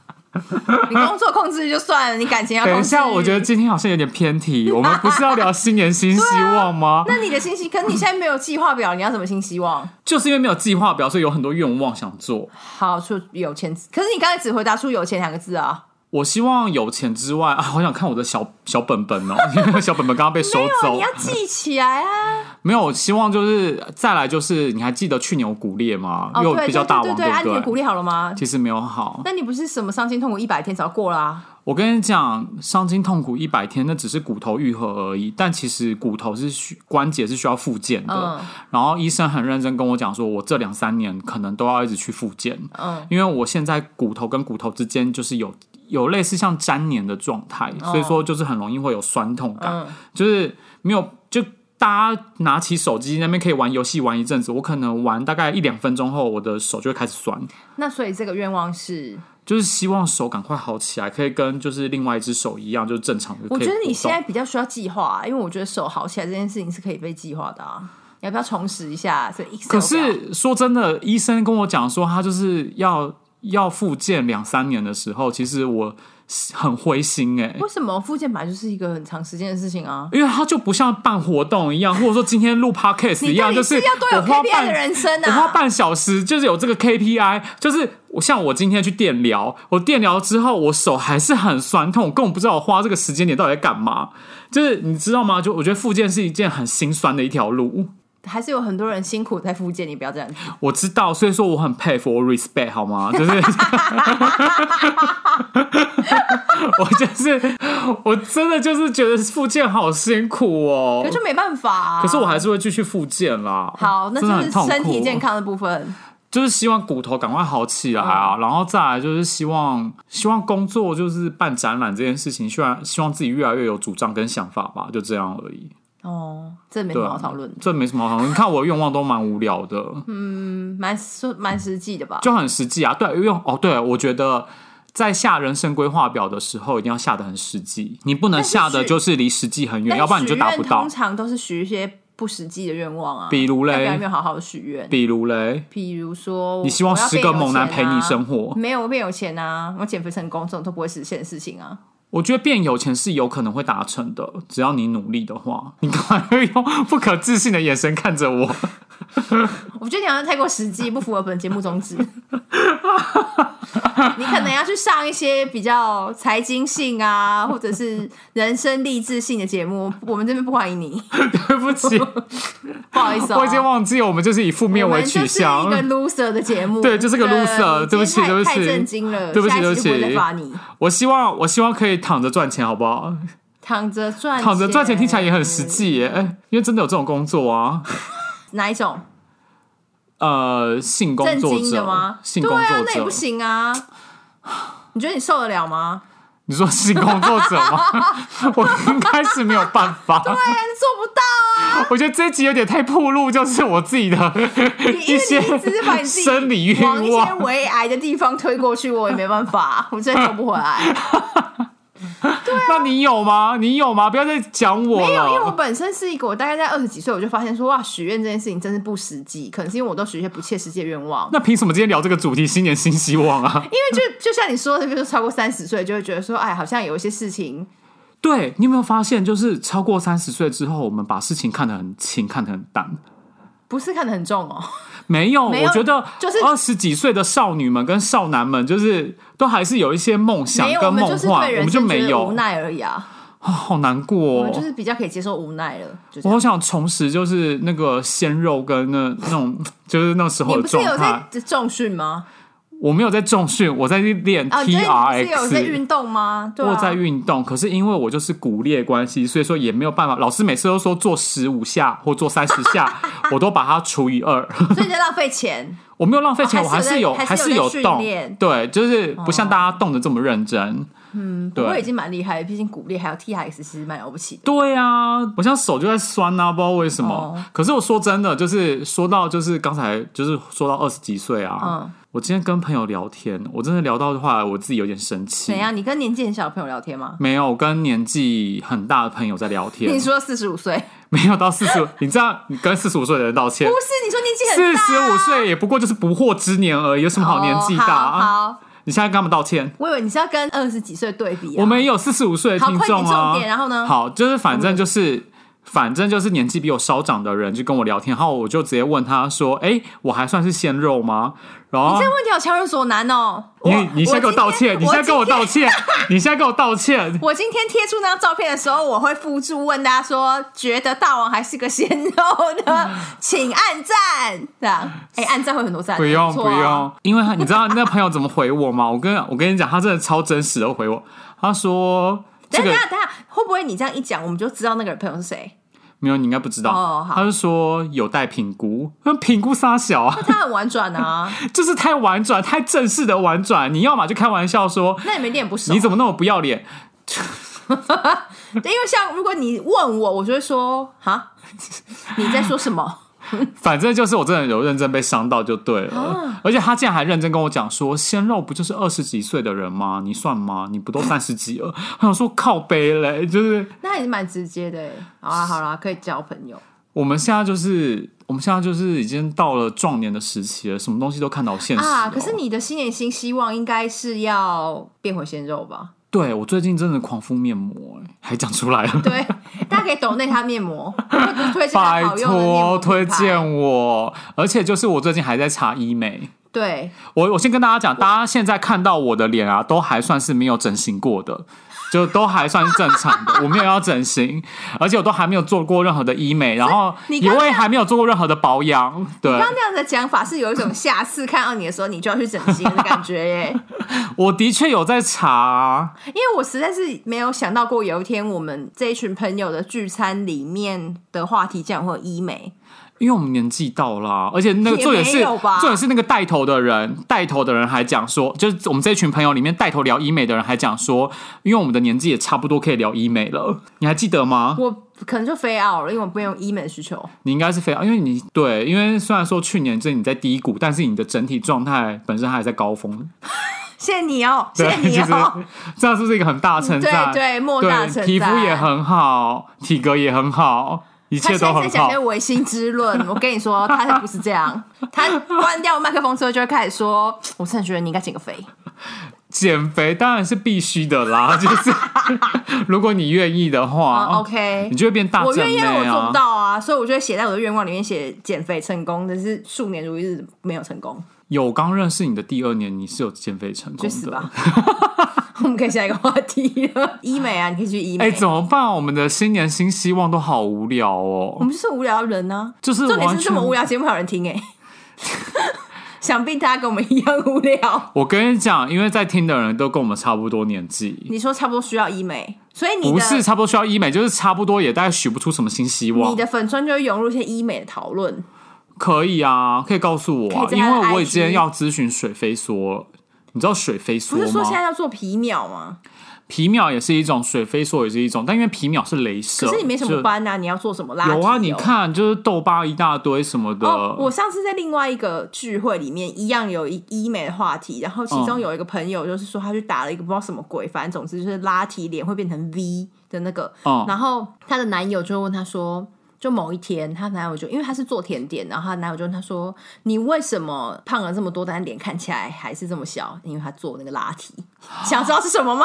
Speaker 2: 你工作控制欲就算了，你感情要控
Speaker 1: 等一
Speaker 2: 制欲
Speaker 1: 下，我觉得今天好像有点偏题。我们不是要聊新年新希望吗？
Speaker 2: *laughs* 那你的信息，可是你现在没有计划表，你要什么新希望？
Speaker 1: 就是因为没有计划表，所以有很多愿望想做。
Speaker 2: 好，出有钱，可是你刚才只回答出有钱两个字啊，
Speaker 1: 我希望有钱之外啊，好想看我的小小本本哦， *laughs* 因为小本本刚刚被收
Speaker 2: 没有，啊
Speaker 1: 走
Speaker 2: 你。要记起来
Speaker 1: *laughs*
Speaker 2: 啊。
Speaker 1: 没有，我希望就是再来就是，你还记得去年我骨裂吗？因
Speaker 2: 哦，
Speaker 1: 为
Speaker 2: 对
Speaker 1: 我
Speaker 2: 对
Speaker 1: 比较大
Speaker 2: 对
Speaker 1: 王，
Speaker 2: 对，啊，你的
Speaker 1: 不
Speaker 2: 鼓
Speaker 1: 对？
Speaker 2: 励好了吗？
Speaker 1: 其实没有好。
Speaker 2: 那你不是什么伤心痛苦一百天早过啦、啊
Speaker 1: 我跟你讲，伤筋痛苦一百天，那只是骨头愈合而已。但其实骨头是需关节是需要复健的。
Speaker 2: 嗯
Speaker 1: 然后医生很认真跟我讲说，我这两三年可能都要一直去复健。
Speaker 2: 嗯，
Speaker 1: 因为我现在骨头跟骨头之间就是有有类似像粘黏的状态，所以说就是很容易会有酸痛感，
Speaker 2: 哦嗯
Speaker 1: 就是没有就。大家拿起手机那边可以玩游戏玩一阵子，我可能玩大概一两分钟后，我的手就会开始酸，
Speaker 2: 那所以这个愿望是，
Speaker 1: 就是希望手赶快好起来，可以跟就是另外一只手一样，就是正常的。
Speaker 2: 我觉得你现在比较需要计划、因为我觉得手好起来这件事情是可以被计划的啊。你要不要重拾一下这 Excel
Speaker 1: 可
Speaker 2: 表
Speaker 1: 是说真的，医生跟我讲说，他就是要要复健两三年的时候，其实我很灰心哎、
Speaker 2: 为什么复健本来就是一个很长时间的事情啊？
Speaker 1: 因为它就不像办活动一样，或者说今天录 podcast 一
Speaker 2: 你
Speaker 1: 样，
Speaker 2: 到
Speaker 1: 就
Speaker 2: 底是要多有
Speaker 1: 我花
Speaker 2: KPI
Speaker 1: 半
Speaker 2: 的人生
Speaker 1: 我花
Speaker 2: 啊？
Speaker 1: 半小时就是有这个 KPI，就是我像我今天去电疗，我电疗之后我手还是很酸痛，我根本不知道我花这个时间点到底在干嘛。就是你知道吗？就我觉得复健是一件很心酸的一条路，
Speaker 2: 还是有很多人辛苦在复健，你不要这样子。
Speaker 1: 我知道，所以说我很佩服，我 respect 好吗？
Speaker 2: *laughs*
Speaker 1: 就是我就是我真的就是觉得复健好辛苦哦，
Speaker 2: 可就没办法、啊。
Speaker 1: 可是我还是会继续复健啦。
Speaker 2: 好，那
Speaker 1: 真的很
Speaker 2: 就
Speaker 1: 痛
Speaker 2: 是
Speaker 1: 苦
Speaker 2: 身体健，康的部分。
Speaker 1: 就是希望骨头赶快好起来啊，
Speaker 2: 嗯
Speaker 1: 然后再来就是希望希望工作就是办展览这件事情，希望希望自己越来越有主张跟想法吧，就这样而已。
Speaker 2: 哦，这没什
Speaker 1: 对
Speaker 2: 么
Speaker 1: 啊
Speaker 2: 好讨论的，
Speaker 1: 这没什么好讨论。你看我的愿望都蛮无聊的，
Speaker 2: 嗯蛮说蛮实际的吧？
Speaker 1: 就很实际啊。对，用哦，对，我觉得。在下人生规划表的时候，一定要下的很实际，你不能
Speaker 2: 但是
Speaker 1: 下的
Speaker 2: 许
Speaker 1: 就是离实际很远，
Speaker 2: 但
Speaker 1: 要不然你就达不
Speaker 2: 许愿
Speaker 1: 到
Speaker 2: 通。常都是许一些不实际的愿望啊，
Speaker 1: 比如嘞
Speaker 2: 要不然没有好好的许愿。
Speaker 1: 比如嘞，
Speaker 2: 比如说，
Speaker 1: 你希望
Speaker 2: 我要
Speaker 1: 十
Speaker 2: 变
Speaker 1: 个
Speaker 2: 有
Speaker 1: 猛男
Speaker 2: 钱
Speaker 1: 陪你
Speaker 2: 啊 *laughs*
Speaker 1: 生活，
Speaker 2: 没有我变有钱啊，我减肥成功这种都不会实现的事情啊。
Speaker 1: 我觉得变有钱是有可能会达成的，只要你努力的话。你干嘛又用不可置信的眼神看着我？ *laughs*
Speaker 2: 我觉得你好像太过实际，不符合本节目宗旨。 *laughs* 你可能要去上一些比较财经性啊，或者是人生励志性的节目，我们这边不欢迎你，
Speaker 1: 对不
Speaker 2: *laughs*
Speaker 1: 起，
Speaker 2: 不好意思、哦，
Speaker 1: 我已经忘记我们就是以负面
Speaker 2: 啊我
Speaker 1: 为
Speaker 2: 们
Speaker 1: 取
Speaker 2: 就是
Speaker 1: 向
Speaker 2: 一。个 loser 的节目，
Speaker 1: *laughs* 对就是个 loser，对不起
Speaker 2: 今天
Speaker 1: 对不起
Speaker 2: 太太震惊了，
Speaker 1: 对不起
Speaker 2: 下一集就会
Speaker 1: 对不
Speaker 2: 再
Speaker 1: 起
Speaker 2: 罚你。
Speaker 1: 我希望，我希望可以躺着赚钱，好不好？
Speaker 2: 躺着赚，
Speaker 1: 躺着赚
Speaker 2: 欸
Speaker 1: 钱听起来也很实。际耶，哎因为真的有这种工作啊。
Speaker 2: 哪一种？
Speaker 1: 呃，性工
Speaker 2: 震
Speaker 1: 作
Speaker 2: 惊的
Speaker 1: 者
Speaker 2: 吗？
Speaker 1: 性
Speaker 2: 对
Speaker 1: 工
Speaker 2: 啊
Speaker 1: 作，
Speaker 2: 那也
Speaker 1: 者，
Speaker 2: 不行啊。你觉得你受得了吗？
Speaker 1: 你说性工作者吗？
Speaker 2: *laughs*
Speaker 1: 我应该是没有办法。
Speaker 2: 对啊，你做不到啊！
Speaker 1: 我觉得这一集有点太暴露，就是我自己的
Speaker 2: 你
Speaker 1: *laughs*
Speaker 2: 因为
Speaker 1: 些
Speaker 2: 你一直是把你自己
Speaker 1: 生理欲
Speaker 2: 往一些
Speaker 1: 望。
Speaker 2: 围癌的地方推过去，我也没办法，
Speaker 1: *laughs*
Speaker 2: 我真的收不回来。
Speaker 1: 那你有吗？你有吗？不要再讲我
Speaker 2: 啊没有，因为我
Speaker 1: 了。
Speaker 2: 本身是一个，我大概在二十几岁我就发现说，哇，许愿这件事情真是不实际，可能是因为我都许一些不切实际的
Speaker 1: *laughs*
Speaker 2: 愿望。
Speaker 1: 那凭什么今天聊这个主题？新年新希望啊！
Speaker 2: *laughs* 因为就就像你说的，比如说超过三十岁，就会觉得说，哎，好像有一些事情
Speaker 1: 对你有没有发现，就是超过三十岁之后，我们把事情看得很轻，看得很淡。
Speaker 2: 不是看得很重哦。
Speaker 1: 没有，
Speaker 2: 没有
Speaker 1: 我觉得
Speaker 2: 就是
Speaker 1: 二十几岁的少女们跟少男们，就是都还是有一些梦想
Speaker 2: 没有，我
Speaker 1: 跟
Speaker 2: 们就
Speaker 1: 梦
Speaker 2: 是
Speaker 1: 幻，
Speaker 2: 对
Speaker 1: 我
Speaker 2: 人
Speaker 1: 们就
Speaker 2: 生觉
Speaker 1: 没
Speaker 2: 得
Speaker 1: 有
Speaker 2: 无，奈而已啊。
Speaker 1: 啊好难过、
Speaker 2: 我
Speaker 1: 哦
Speaker 2: 们。就是比较可以接受无奈了，就这
Speaker 1: 我
Speaker 2: 样
Speaker 1: 好想重拾，就是那个鲜肉跟那那种，就是那时
Speaker 2: 你
Speaker 1: 候
Speaker 2: 不
Speaker 1: 的
Speaker 2: 是
Speaker 1: 状
Speaker 2: 有
Speaker 1: 态。
Speaker 2: 在重训吗？
Speaker 1: 我没有在重训，我在练
Speaker 2: 啊，你最近不是有在
Speaker 1: TRX，、
Speaker 2: 运动吗？对啊，
Speaker 1: 我在运动。可是因为我就是骨裂关系，所以说也没有办法。老师每次都说做十五下或做三十
Speaker 2: *laughs*
Speaker 1: 下，我都把它除以二。 *laughs*
Speaker 2: 所以你在浪费钱。
Speaker 1: 我没有浪费钱，
Speaker 2: 哦
Speaker 1: 我还
Speaker 2: 还是
Speaker 1: 是
Speaker 2: 有
Speaker 1: 有
Speaker 2: 在还是
Speaker 1: 是
Speaker 2: 有
Speaker 1: 有
Speaker 2: 在训
Speaker 1: 动
Speaker 2: 练。
Speaker 1: 对，就是不像大家动的这么认真。嗯，
Speaker 2: 不过已
Speaker 1: 对。
Speaker 2: 经蛮厉害的，毕竟骨裂还有 T X 其实蛮了不起的。
Speaker 1: 对啊，我现在手就在酸啊，不知道为什么。
Speaker 2: 哦
Speaker 1: 可是我说真的，就是说到就是刚才就是说到二十几岁啊，
Speaker 2: 嗯
Speaker 1: 我今天跟朋友聊天，我真的聊到的话，我自己有点生气。
Speaker 2: 怎样？你跟年纪很小的朋友聊天吗？
Speaker 1: 没有跟年纪很大的朋友在聊天
Speaker 2: 你，说四十五岁，
Speaker 1: 没有到四十，
Speaker 2: *laughs*
Speaker 1: 你这样你跟四十五岁的人道歉
Speaker 2: 不，是？你说年纪很
Speaker 1: 四
Speaker 2: 大，啊
Speaker 1: 十五岁也不过就是不惑之年而已，有什么好年纪大
Speaker 2: 哦
Speaker 1: 啊？
Speaker 2: 好好，
Speaker 1: 你现在跟他们道歉。
Speaker 2: 我以为你是要跟二十几岁对比、啊。
Speaker 1: 我们也有四十五岁的听众
Speaker 2: 好快点重
Speaker 1: 啊，
Speaker 2: 点然后呢
Speaker 1: 好，就是反正就是。反正就是年纪比我稍长的人就跟我聊天，然后我就直接问他说：“哎、我还算是鲜肉吗？”然后
Speaker 2: 这个问题好强人所难
Speaker 1: 啊
Speaker 2: 哦。
Speaker 1: 你
Speaker 2: 我
Speaker 1: 你现在给我道歉，你现在给我。
Speaker 2: 今天
Speaker 1: 道歉，你现在给我道
Speaker 2: *laughs*
Speaker 1: 歉，
Speaker 2: 我今天我今天贴出那张照片的时候，我会附注问大家说：觉得大王还是个鲜肉的，
Speaker 1: 嗯
Speaker 2: 请按赞。这样，
Speaker 1: *laughs*
Speaker 2: 哎、按赞会很多赞，
Speaker 1: 不用
Speaker 2: 错
Speaker 1: 不
Speaker 2: 啊
Speaker 1: 用，因为你知道那朋友怎么回我吗？我跟我跟你讲，他真的超真实的回我，他说这
Speaker 2: 等一
Speaker 1: 个
Speaker 2: 下，等一下，会不会你这样一讲，我们就知道那个朋友是谁？
Speaker 1: 没有，你应该不知道。
Speaker 2: 哦好
Speaker 1: 他就说有待评估，那评估啥小啊？ *laughs*
Speaker 2: 他很婉转啊，
Speaker 1: 就是太婉转，太正式的婉转。你要么就开玩笑说
Speaker 2: 那你们一定也不熟。
Speaker 1: 你怎么那么不要脸，
Speaker 2: 因为像如果你问我，我就会说哈， *laughs* 你在说什么？ *laughs*
Speaker 1: 反正就是我真的有认真被伤到就对了。
Speaker 2: 啊
Speaker 1: 而且他竟然还认真跟我讲说，鲜肉不就是二十几岁的人吗？你算吗？你不都三十几了？ *laughs* 我想说靠背嘞，就是
Speaker 2: 那还是蛮直接的欸。好啦好啦，可以交朋友。
Speaker 1: 我们现在就是我们现在就是已经到了壮年的时期了，什么东西都看到现实、
Speaker 2: 啊，可是，你的新年新希望应该是要变回鲜肉
Speaker 1: *laughs*
Speaker 2: 吧？
Speaker 1: 对我最近真的狂敷面膜、哎还讲出来了。
Speaker 2: 对，大家可以抖内他面膜，或者推荐
Speaker 1: 拜
Speaker 2: 他好用的面膜
Speaker 1: 托推
Speaker 2: 品牌
Speaker 1: 荐我，而且就是我最近还在查医美。
Speaker 2: 对，
Speaker 1: 我我先跟大家讲，大家现在看到我的脸啊，都还算是没有整形过的，就都还算是正常
Speaker 2: *laughs*
Speaker 1: 的。我没有要整形，而且我都还没有做过任何的医美，然后
Speaker 2: 你
Speaker 1: 也
Speaker 2: 刚刚
Speaker 1: 会还没有做过任何的保养。对
Speaker 2: 刚，刚那样的讲法是有一种下次看到你的时候，你就要去整形的感觉耶。
Speaker 1: *laughs* 我的确有在查啊，
Speaker 2: 因为我实在是没有想到过有一天我们这一群朋友的聚餐里面的话题竟然会有医美，
Speaker 1: 因为我们年纪到啦、而且那个
Speaker 2: 也
Speaker 1: 重点
Speaker 2: 没
Speaker 1: 是，
Speaker 2: 有吧
Speaker 1: 重点是那个带头的人，带头的人还讲说，就是我们这群朋友里面带头聊医美的人还讲说，因为我们的年纪也差不多可以聊医美了，你还记得吗？
Speaker 2: *laughs* 我可能就非傲了，因为我没有医美的需求。
Speaker 1: 你应该是非常，因为你对，因为虽然说去年这你在低谷，但是你的整体状态本身还在高峰，
Speaker 2: 谢谢你哦，谢
Speaker 1: 对，
Speaker 2: 谢你
Speaker 1: 就是
Speaker 2: 哦，
Speaker 1: 这样是不是一个很大的称赞？
Speaker 2: 对对莫大称赞
Speaker 1: 皮肤也很好，体格也很好，一
Speaker 2: 他
Speaker 1: 切
Speaker 2: 现在
Speaker 1: 都
Speaker 2: 在
Speaker 1: 很
Speaker 2: 讲
Speaker 1: 好
Speaker 2: 些。唯心之
Speaker 1: *laughs*
Speaker 2: 论，我跟你说，他才不是这样。他关掉麦克风之后，就会开始说：“我真的觉得你应该减个肥。”
Speaker 1: 减肥当然是必须的啦， *laughs* 就是如果你愿意的话、哦
Speaker 2: 啊，OK
Speaker 1: 你就会变大
Speaker 2: 我
Speaker 1: 正
Speaker 2: 愿意，
Speaker 1: 妹
Speaker 2: 我做
Speaker 1: 啊
Speaker 2: 不。到啊，所以我就会写在我的愿望里面写减肥成功，但是数年如一日没有成功，
Speaker 1: 有刚认识你的第二年，你是有减肥成
Speaker 2: 去
Speaker 1: 功
Speaker 2: 死
Speaker 1: 的
Speaker 2: 吧。。 *laughs* 我们可以下一个话题了，医美啊，你可以去医美。
Speaker 1: 哎、怎么办？我们的新年新希望都好无聊
Speaker 2: 我
Speaker 1: 哦，
Speaker 2: 们就是无聊的人啊呢、
Speaker 1: 就是
Speaker 2: 嗯重点
Speaker 1: 完
Speaker 2: 是这
Speaker 1: 全
Speaker 2: 么无聊节目还有人听哎、 *laughs* 想必大家跟我们一样无聊。
Speaker 1: 我跟你讲，因为在听的人都跟我们差不多年纪，
Speaker 2: 你说差不多需要医美，所以你
Speaker 1: 不
Speaker 2: 的
Speaker 1: 是差不多需要医美，就是差不多也大概许不出什么新希望
Speaker 2: 你。的粉砖就会涌入一些医美的讨论。
Speaker 1: 可以啊，可以告诉我、啊，
Speaker 2: 可以在
Speaker 1: 因
Speaker 2: 他
Speaker 1: 为
Speaker 2: 的
Speaker 1: 我
Speaker 2: IG
Speaker 1: 已经要咨询水飞梭了。你知道水飞梭
Speaker 2: 不是说现在
Speaker 1: 吗？
Speaker 2: 要做皮秒吗？
Speaker 1: 皮秒也是一种，水飞梭也是一种，但因为皮秒是镭射，
Speaker 2: 可是你没什么
Speaker 1: 就
Speaker 2: 斑啊，你要做什么拉提哦？
Speaker 1: 有啊，你看就是痘疤一大堆什么的。
Speaker 2: 哦，我上次在另外一个聚会里面，一样有一医美的话题，然后其中
Speaker 1: 嗯
Speaker 2: 有一个朋友就是说，他去打了一个不知道什么鬼，反正总之就是拉提脸会变成 V 的那个，
Speaker 1: 嗯
Speaker 2: 然后她的男友就问她说。就某一天，她男友就因为她是做甜点，然后她男友就问她说：“你为什么胖了这么多，但是脸看起来还是这么小？因为她做那个拉提， *laughs* 想知道是什么吗？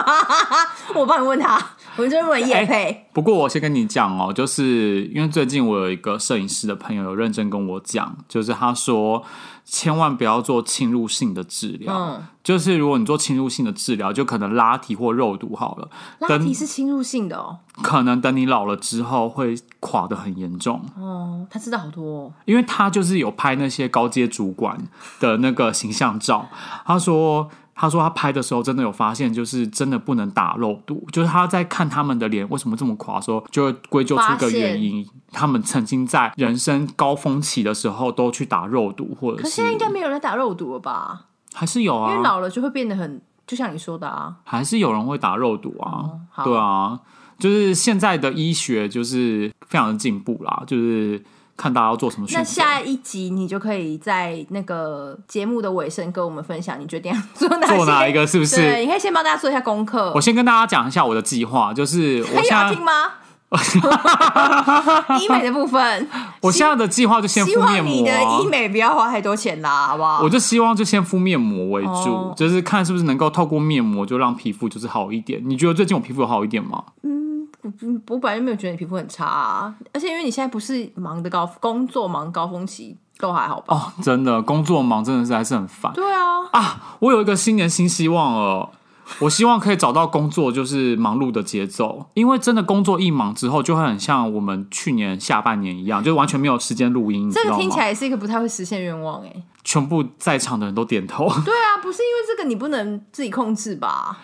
Speaker 2: *laughs* 我帮你问她，我就问叶佩、
Speaker 1: 不过我先跟你讲哦，就是因为最近我有一个摄影师的朋友有认真跟我讲，就是他说千万不要做侵入性的治疗，
Speaker 2: 嗯
Speaker 1: 就是如果你做侵入性的治疗，就可能拉提或肉毒好了，
Speaker 2: 拉
Speaker 1: 等
Speaker 2: 提是侵入性的哦。
Speaker 1: 可能等你老了之后会垮得很严重，
Speaker 2: 哦，她知道好多、哦。
Speaker 1: 因为他就是有拍那些高阶主管的那个形象照，他说。他说他拍的时候真的有发现，就是真的不能打肉毒，就是他在看他们的脸为什么这么垮的时候，就会归咎出一个原因，他们曾经在人生高峰期的时候都去打肉毒，或者
Speaker 2: 可现在应该没有人打肉毒了吧？
Speaker 1: 还是有
Speaker 2: 因为
Speaker 1: 啊，
Speaker 2: 老了就会变得很，就像你说的啊，
Speaker 1: 还是有人会打肉毒啊，
Speaker 2: 好
Speaker 1: 对啊，就是现在的医学就是非常的进步啦，就是看大家要做什么选择。
Speaker 2: 那下一集你就可以在那个节目的尾声跟我们分享，你决定要做哪些
Speaker 1: 做哪一个是不是
Speaker 2: 对，你可以先帮大家做一下功课
Speaker 1: 我。先跟大家讲一下我的计划，就是我
Speaker 2: 还有
Speaker 1: 现
Speaker 2: 要
Speaker 1: 在 *laughs*
Speaker 2: 听吗？医美的部分，
Speaker 1: 我现在的计划就先
Speaker 2: 希
Speaker 1: 敷面
Speaker 2: 望你
Speaker 1: 膜、
Speaker 2: 的医
Speaker 1: 啊。
Speaker 2: 美不要花太多钱啦，好不好
Speaker 1: 我？就希望就先敷面膜为主，
Speaker 2: 哦
Speaker 1: 就是看是不是能够透过面膜就让皮肤就是好一点。你觉得最近我皮肤有好一点吗？
Speaker 2: 嗯我本来就没有觉得你皮肤很差、啊，而且因为你现在不是忙的高工作忙高峰期，都还好吧？
Speaker 1: 哦，真的，工作忙真的是还是很烦
Speaker 2: 对啊，
Speaker 1: 啊！我有一个新年新希望哦，我希望可以找到工作，就是忙碌的节奏，因为真的工作一忙之后，就会很像我们去年下半年一样，就完全没有时间录音，你
Speaker 2: 这
Speaker 1: 知
Speaker 2: 个
Speaker 1: 道
Speaker 2: 听起
Speaker 1: 吗？
Speaker 2: 来也是一个不太会实现愿望哎、
Speaker 1: 全部在场的人都点头， *laughs*
Speaker 2: 对啊，不是因为这个你不能自己控制吧？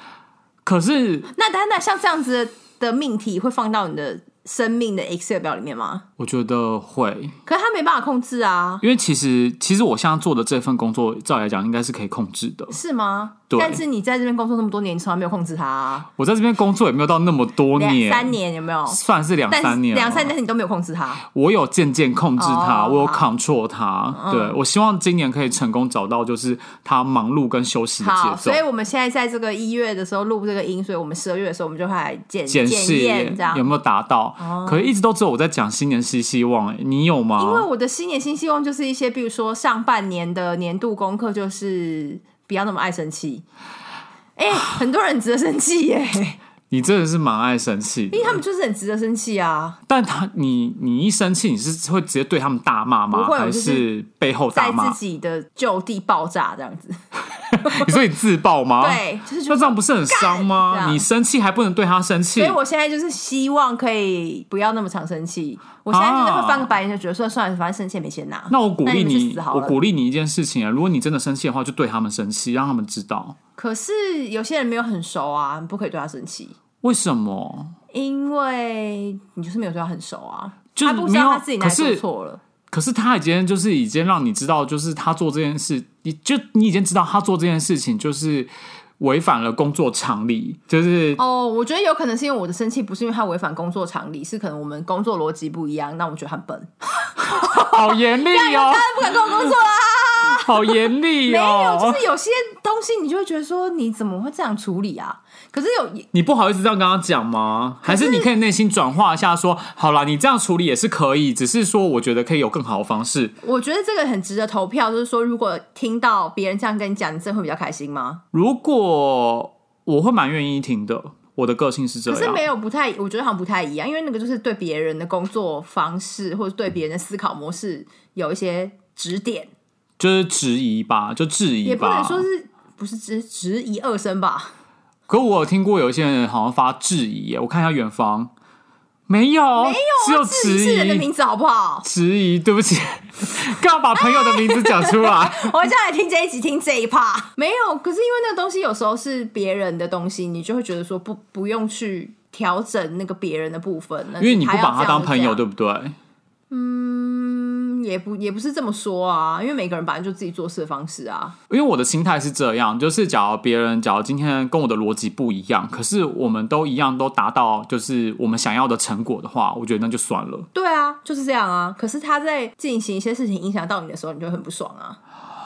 Speaker 1: 可是
Speaker 2: 那等那像这样子的命题会放到你的生命的 Excel 表里面吗？
Speaker 1: 我觉得会，
Speaker 2: 可是他没办法控制啊，
Speaker 1: 因为其实其实我现在做的这份工作，照理来讲应该是可以控制的。
Speaker 2: 是吗？
Speaker 1: 对
Speaker 2: 但是你在这边工作那么多年，你从来没有控制它、啊，
Speaker 1: 我在这边工作也没有到那么多
Speaker 2: 两
Speaker 1: 年，
Speaker 2: 三年有没有？
Speaker 1: 算是两
Speaker 2: 但是
Speaker 1: 三年了，啊
Speaker 2: 两三年你都没有控制它，
Speaker 1: 我有渐渐控制它，
Speaker 2: 哦
Speaker 1: 我有
Speaker 2: 好嗯
Speaker 1: control 它。对我希望今年可以成功找到，就是它忙碌跟休息的
Speaker 2: 好，
Speaker 1: 节
Speaker 2: 所以
Speaker 1: 奏。
Speaker 2: 我们现在在这个一月的时候录这个音，所以我们十二月的时候我们就会来检
Speaker 1: 检视
Speaker 2: 检验这样哦
Speaker 1: 有。没有达到？可是一直都只有我在讲新年新希望、欸，你有吗？
Speaker 2: 因为我的新年新希望就是一些，比如说上半年的年度功课就是不要那么爱生气。哎、很多人值得生气
Speaker 1: *laughs*
Speaker 2: 耶、
Speaker 1: 你真的是蛮爱生气的
Speaker 2: 因为，他们就是很值得生气啊，
Speaker 1: 但他你你一生气，你是会直接对他们大骂吗？
Speaker 2: 不会我
Speaker 1: 还
Speaker 2: 就是
Speaker 1: 是背后大
Speaker 2: 在
Speaker 1: 骂
Speaker 2: 自？己的就地爆炸这样子。
Speaker 1: 你说你自爆吗？
Speaker 2: 对，就是
Speaker 1: 哦
Speaker 2: 觉
Speaker 1: 那
Speaker 2: 得
Speaker 1: 这样不是很伤
Speaker 2: 干这
Speaker 1: 吗？
Speaker 2: 样
Speaker 1: 你生气还不能对他生气
Speaker 2: 所以，我现在就是希望可以不要那么常生气。我现在就是会翻个白眼，就觉得说算了，反正生气也没钱拿。
Speaker 1: 那我鼓励
Speaker 2: 那你们去
Speaker 1: 你
Speaker 2: 死，好
Speaker 1: 我
Speaker 2: 了
Speaker 1: 鼓励你一件事情啊，如果你真的生气的话，就对他们生气，让他们知道
Speaker 2: 可是有些人没有很熟啊，你不可以对他生气，
Speaker 1: 为什么。
Speaker 2: 因为你就是没有对他很熟啊，
Speaker 1: 就是
Speaker 2: 他不知
Speaker 1: 没有
Speaker 2: 道他自己哪里
Speaker 1: 可是
Speaker 2: 做错了。
Speaker 1: 可是他已经就是已经让你知道，就是他做这件事，你就你已经知道他做这件事情就是违反了工作常理，就是
Speaker 2: 哦，我觉得有可能是因为我的生气不是因为他违反工作常理，是可能我们工作逻辑不一样，那我觉得很笨，
Speaker 1: 好严厉哦。
Speaker 2: *laughs* 不敢跟我工作啊！
Speaker 1: *laughs* 好严厉
Speaker 2: 没有，
Speaker 1: 哦
Speaker 2: 就！是有些东西你就会觉得说你怎么会这样处理啊？可是有
Speaker 1: 你不好意思这样跟他讲吗？还是你可以内心转化一下说好啦，你这样处理也是可以，只是说我觉得可以有更好的方式。
Speaker 2: 我觉得这个很值得投票，就是说，如果听到别人这样跟你讲，你真的会比较开心吗？
Speaker 1: 如果我会蛮愿意听的，我的个性是这
Speaker 2: 可是
Speaker 1: 样
Speaker 2: 没。有不太，我觉得好像不太一样，因为那个就是对别人的工作方式或者对别人的思考模式有一些指点，
Speaker 1: 就是质疑吧，就质疑吧。
Speaker 2: 也不能说是不是质质疑二声吧？
Speaker 1: 可我有听过有一些人好像发质疑耶，我看一下远方，没有，没有、只有
Speaker 2: 啊质疑是人的
Speaker 1: 质疑，
Speaker 2: 名字好不好？
Speaker 1: 质疑，对不起， *laughs* 刚把朋友的名字讲出来，
Speaker 2: *laughs* 我们下来听这一集，听这一趴。没有，可是因为那个东西有时候是别人的东西，你就会觉得说不不用去调整那个别人的部分，
Speaker 1: 因为你不把他
Speaker 2: 他
Speaker 1: 当朋友，对不对？
Speaker 2: 嗯，也不也不是这么说啊，因为每个人本来就自己做事的方式啊。
Speaker 1: 因为我的心态是这样，就是假如别人假如今天跟我的逻辑不一样，可是我们都一样都达到就是我们想要的成果的话，我觉得那就算了。
Speaker 2: 对啊，就是这样啊。可是他在进行一些事情影响到你的时候，你就会很不爽啊。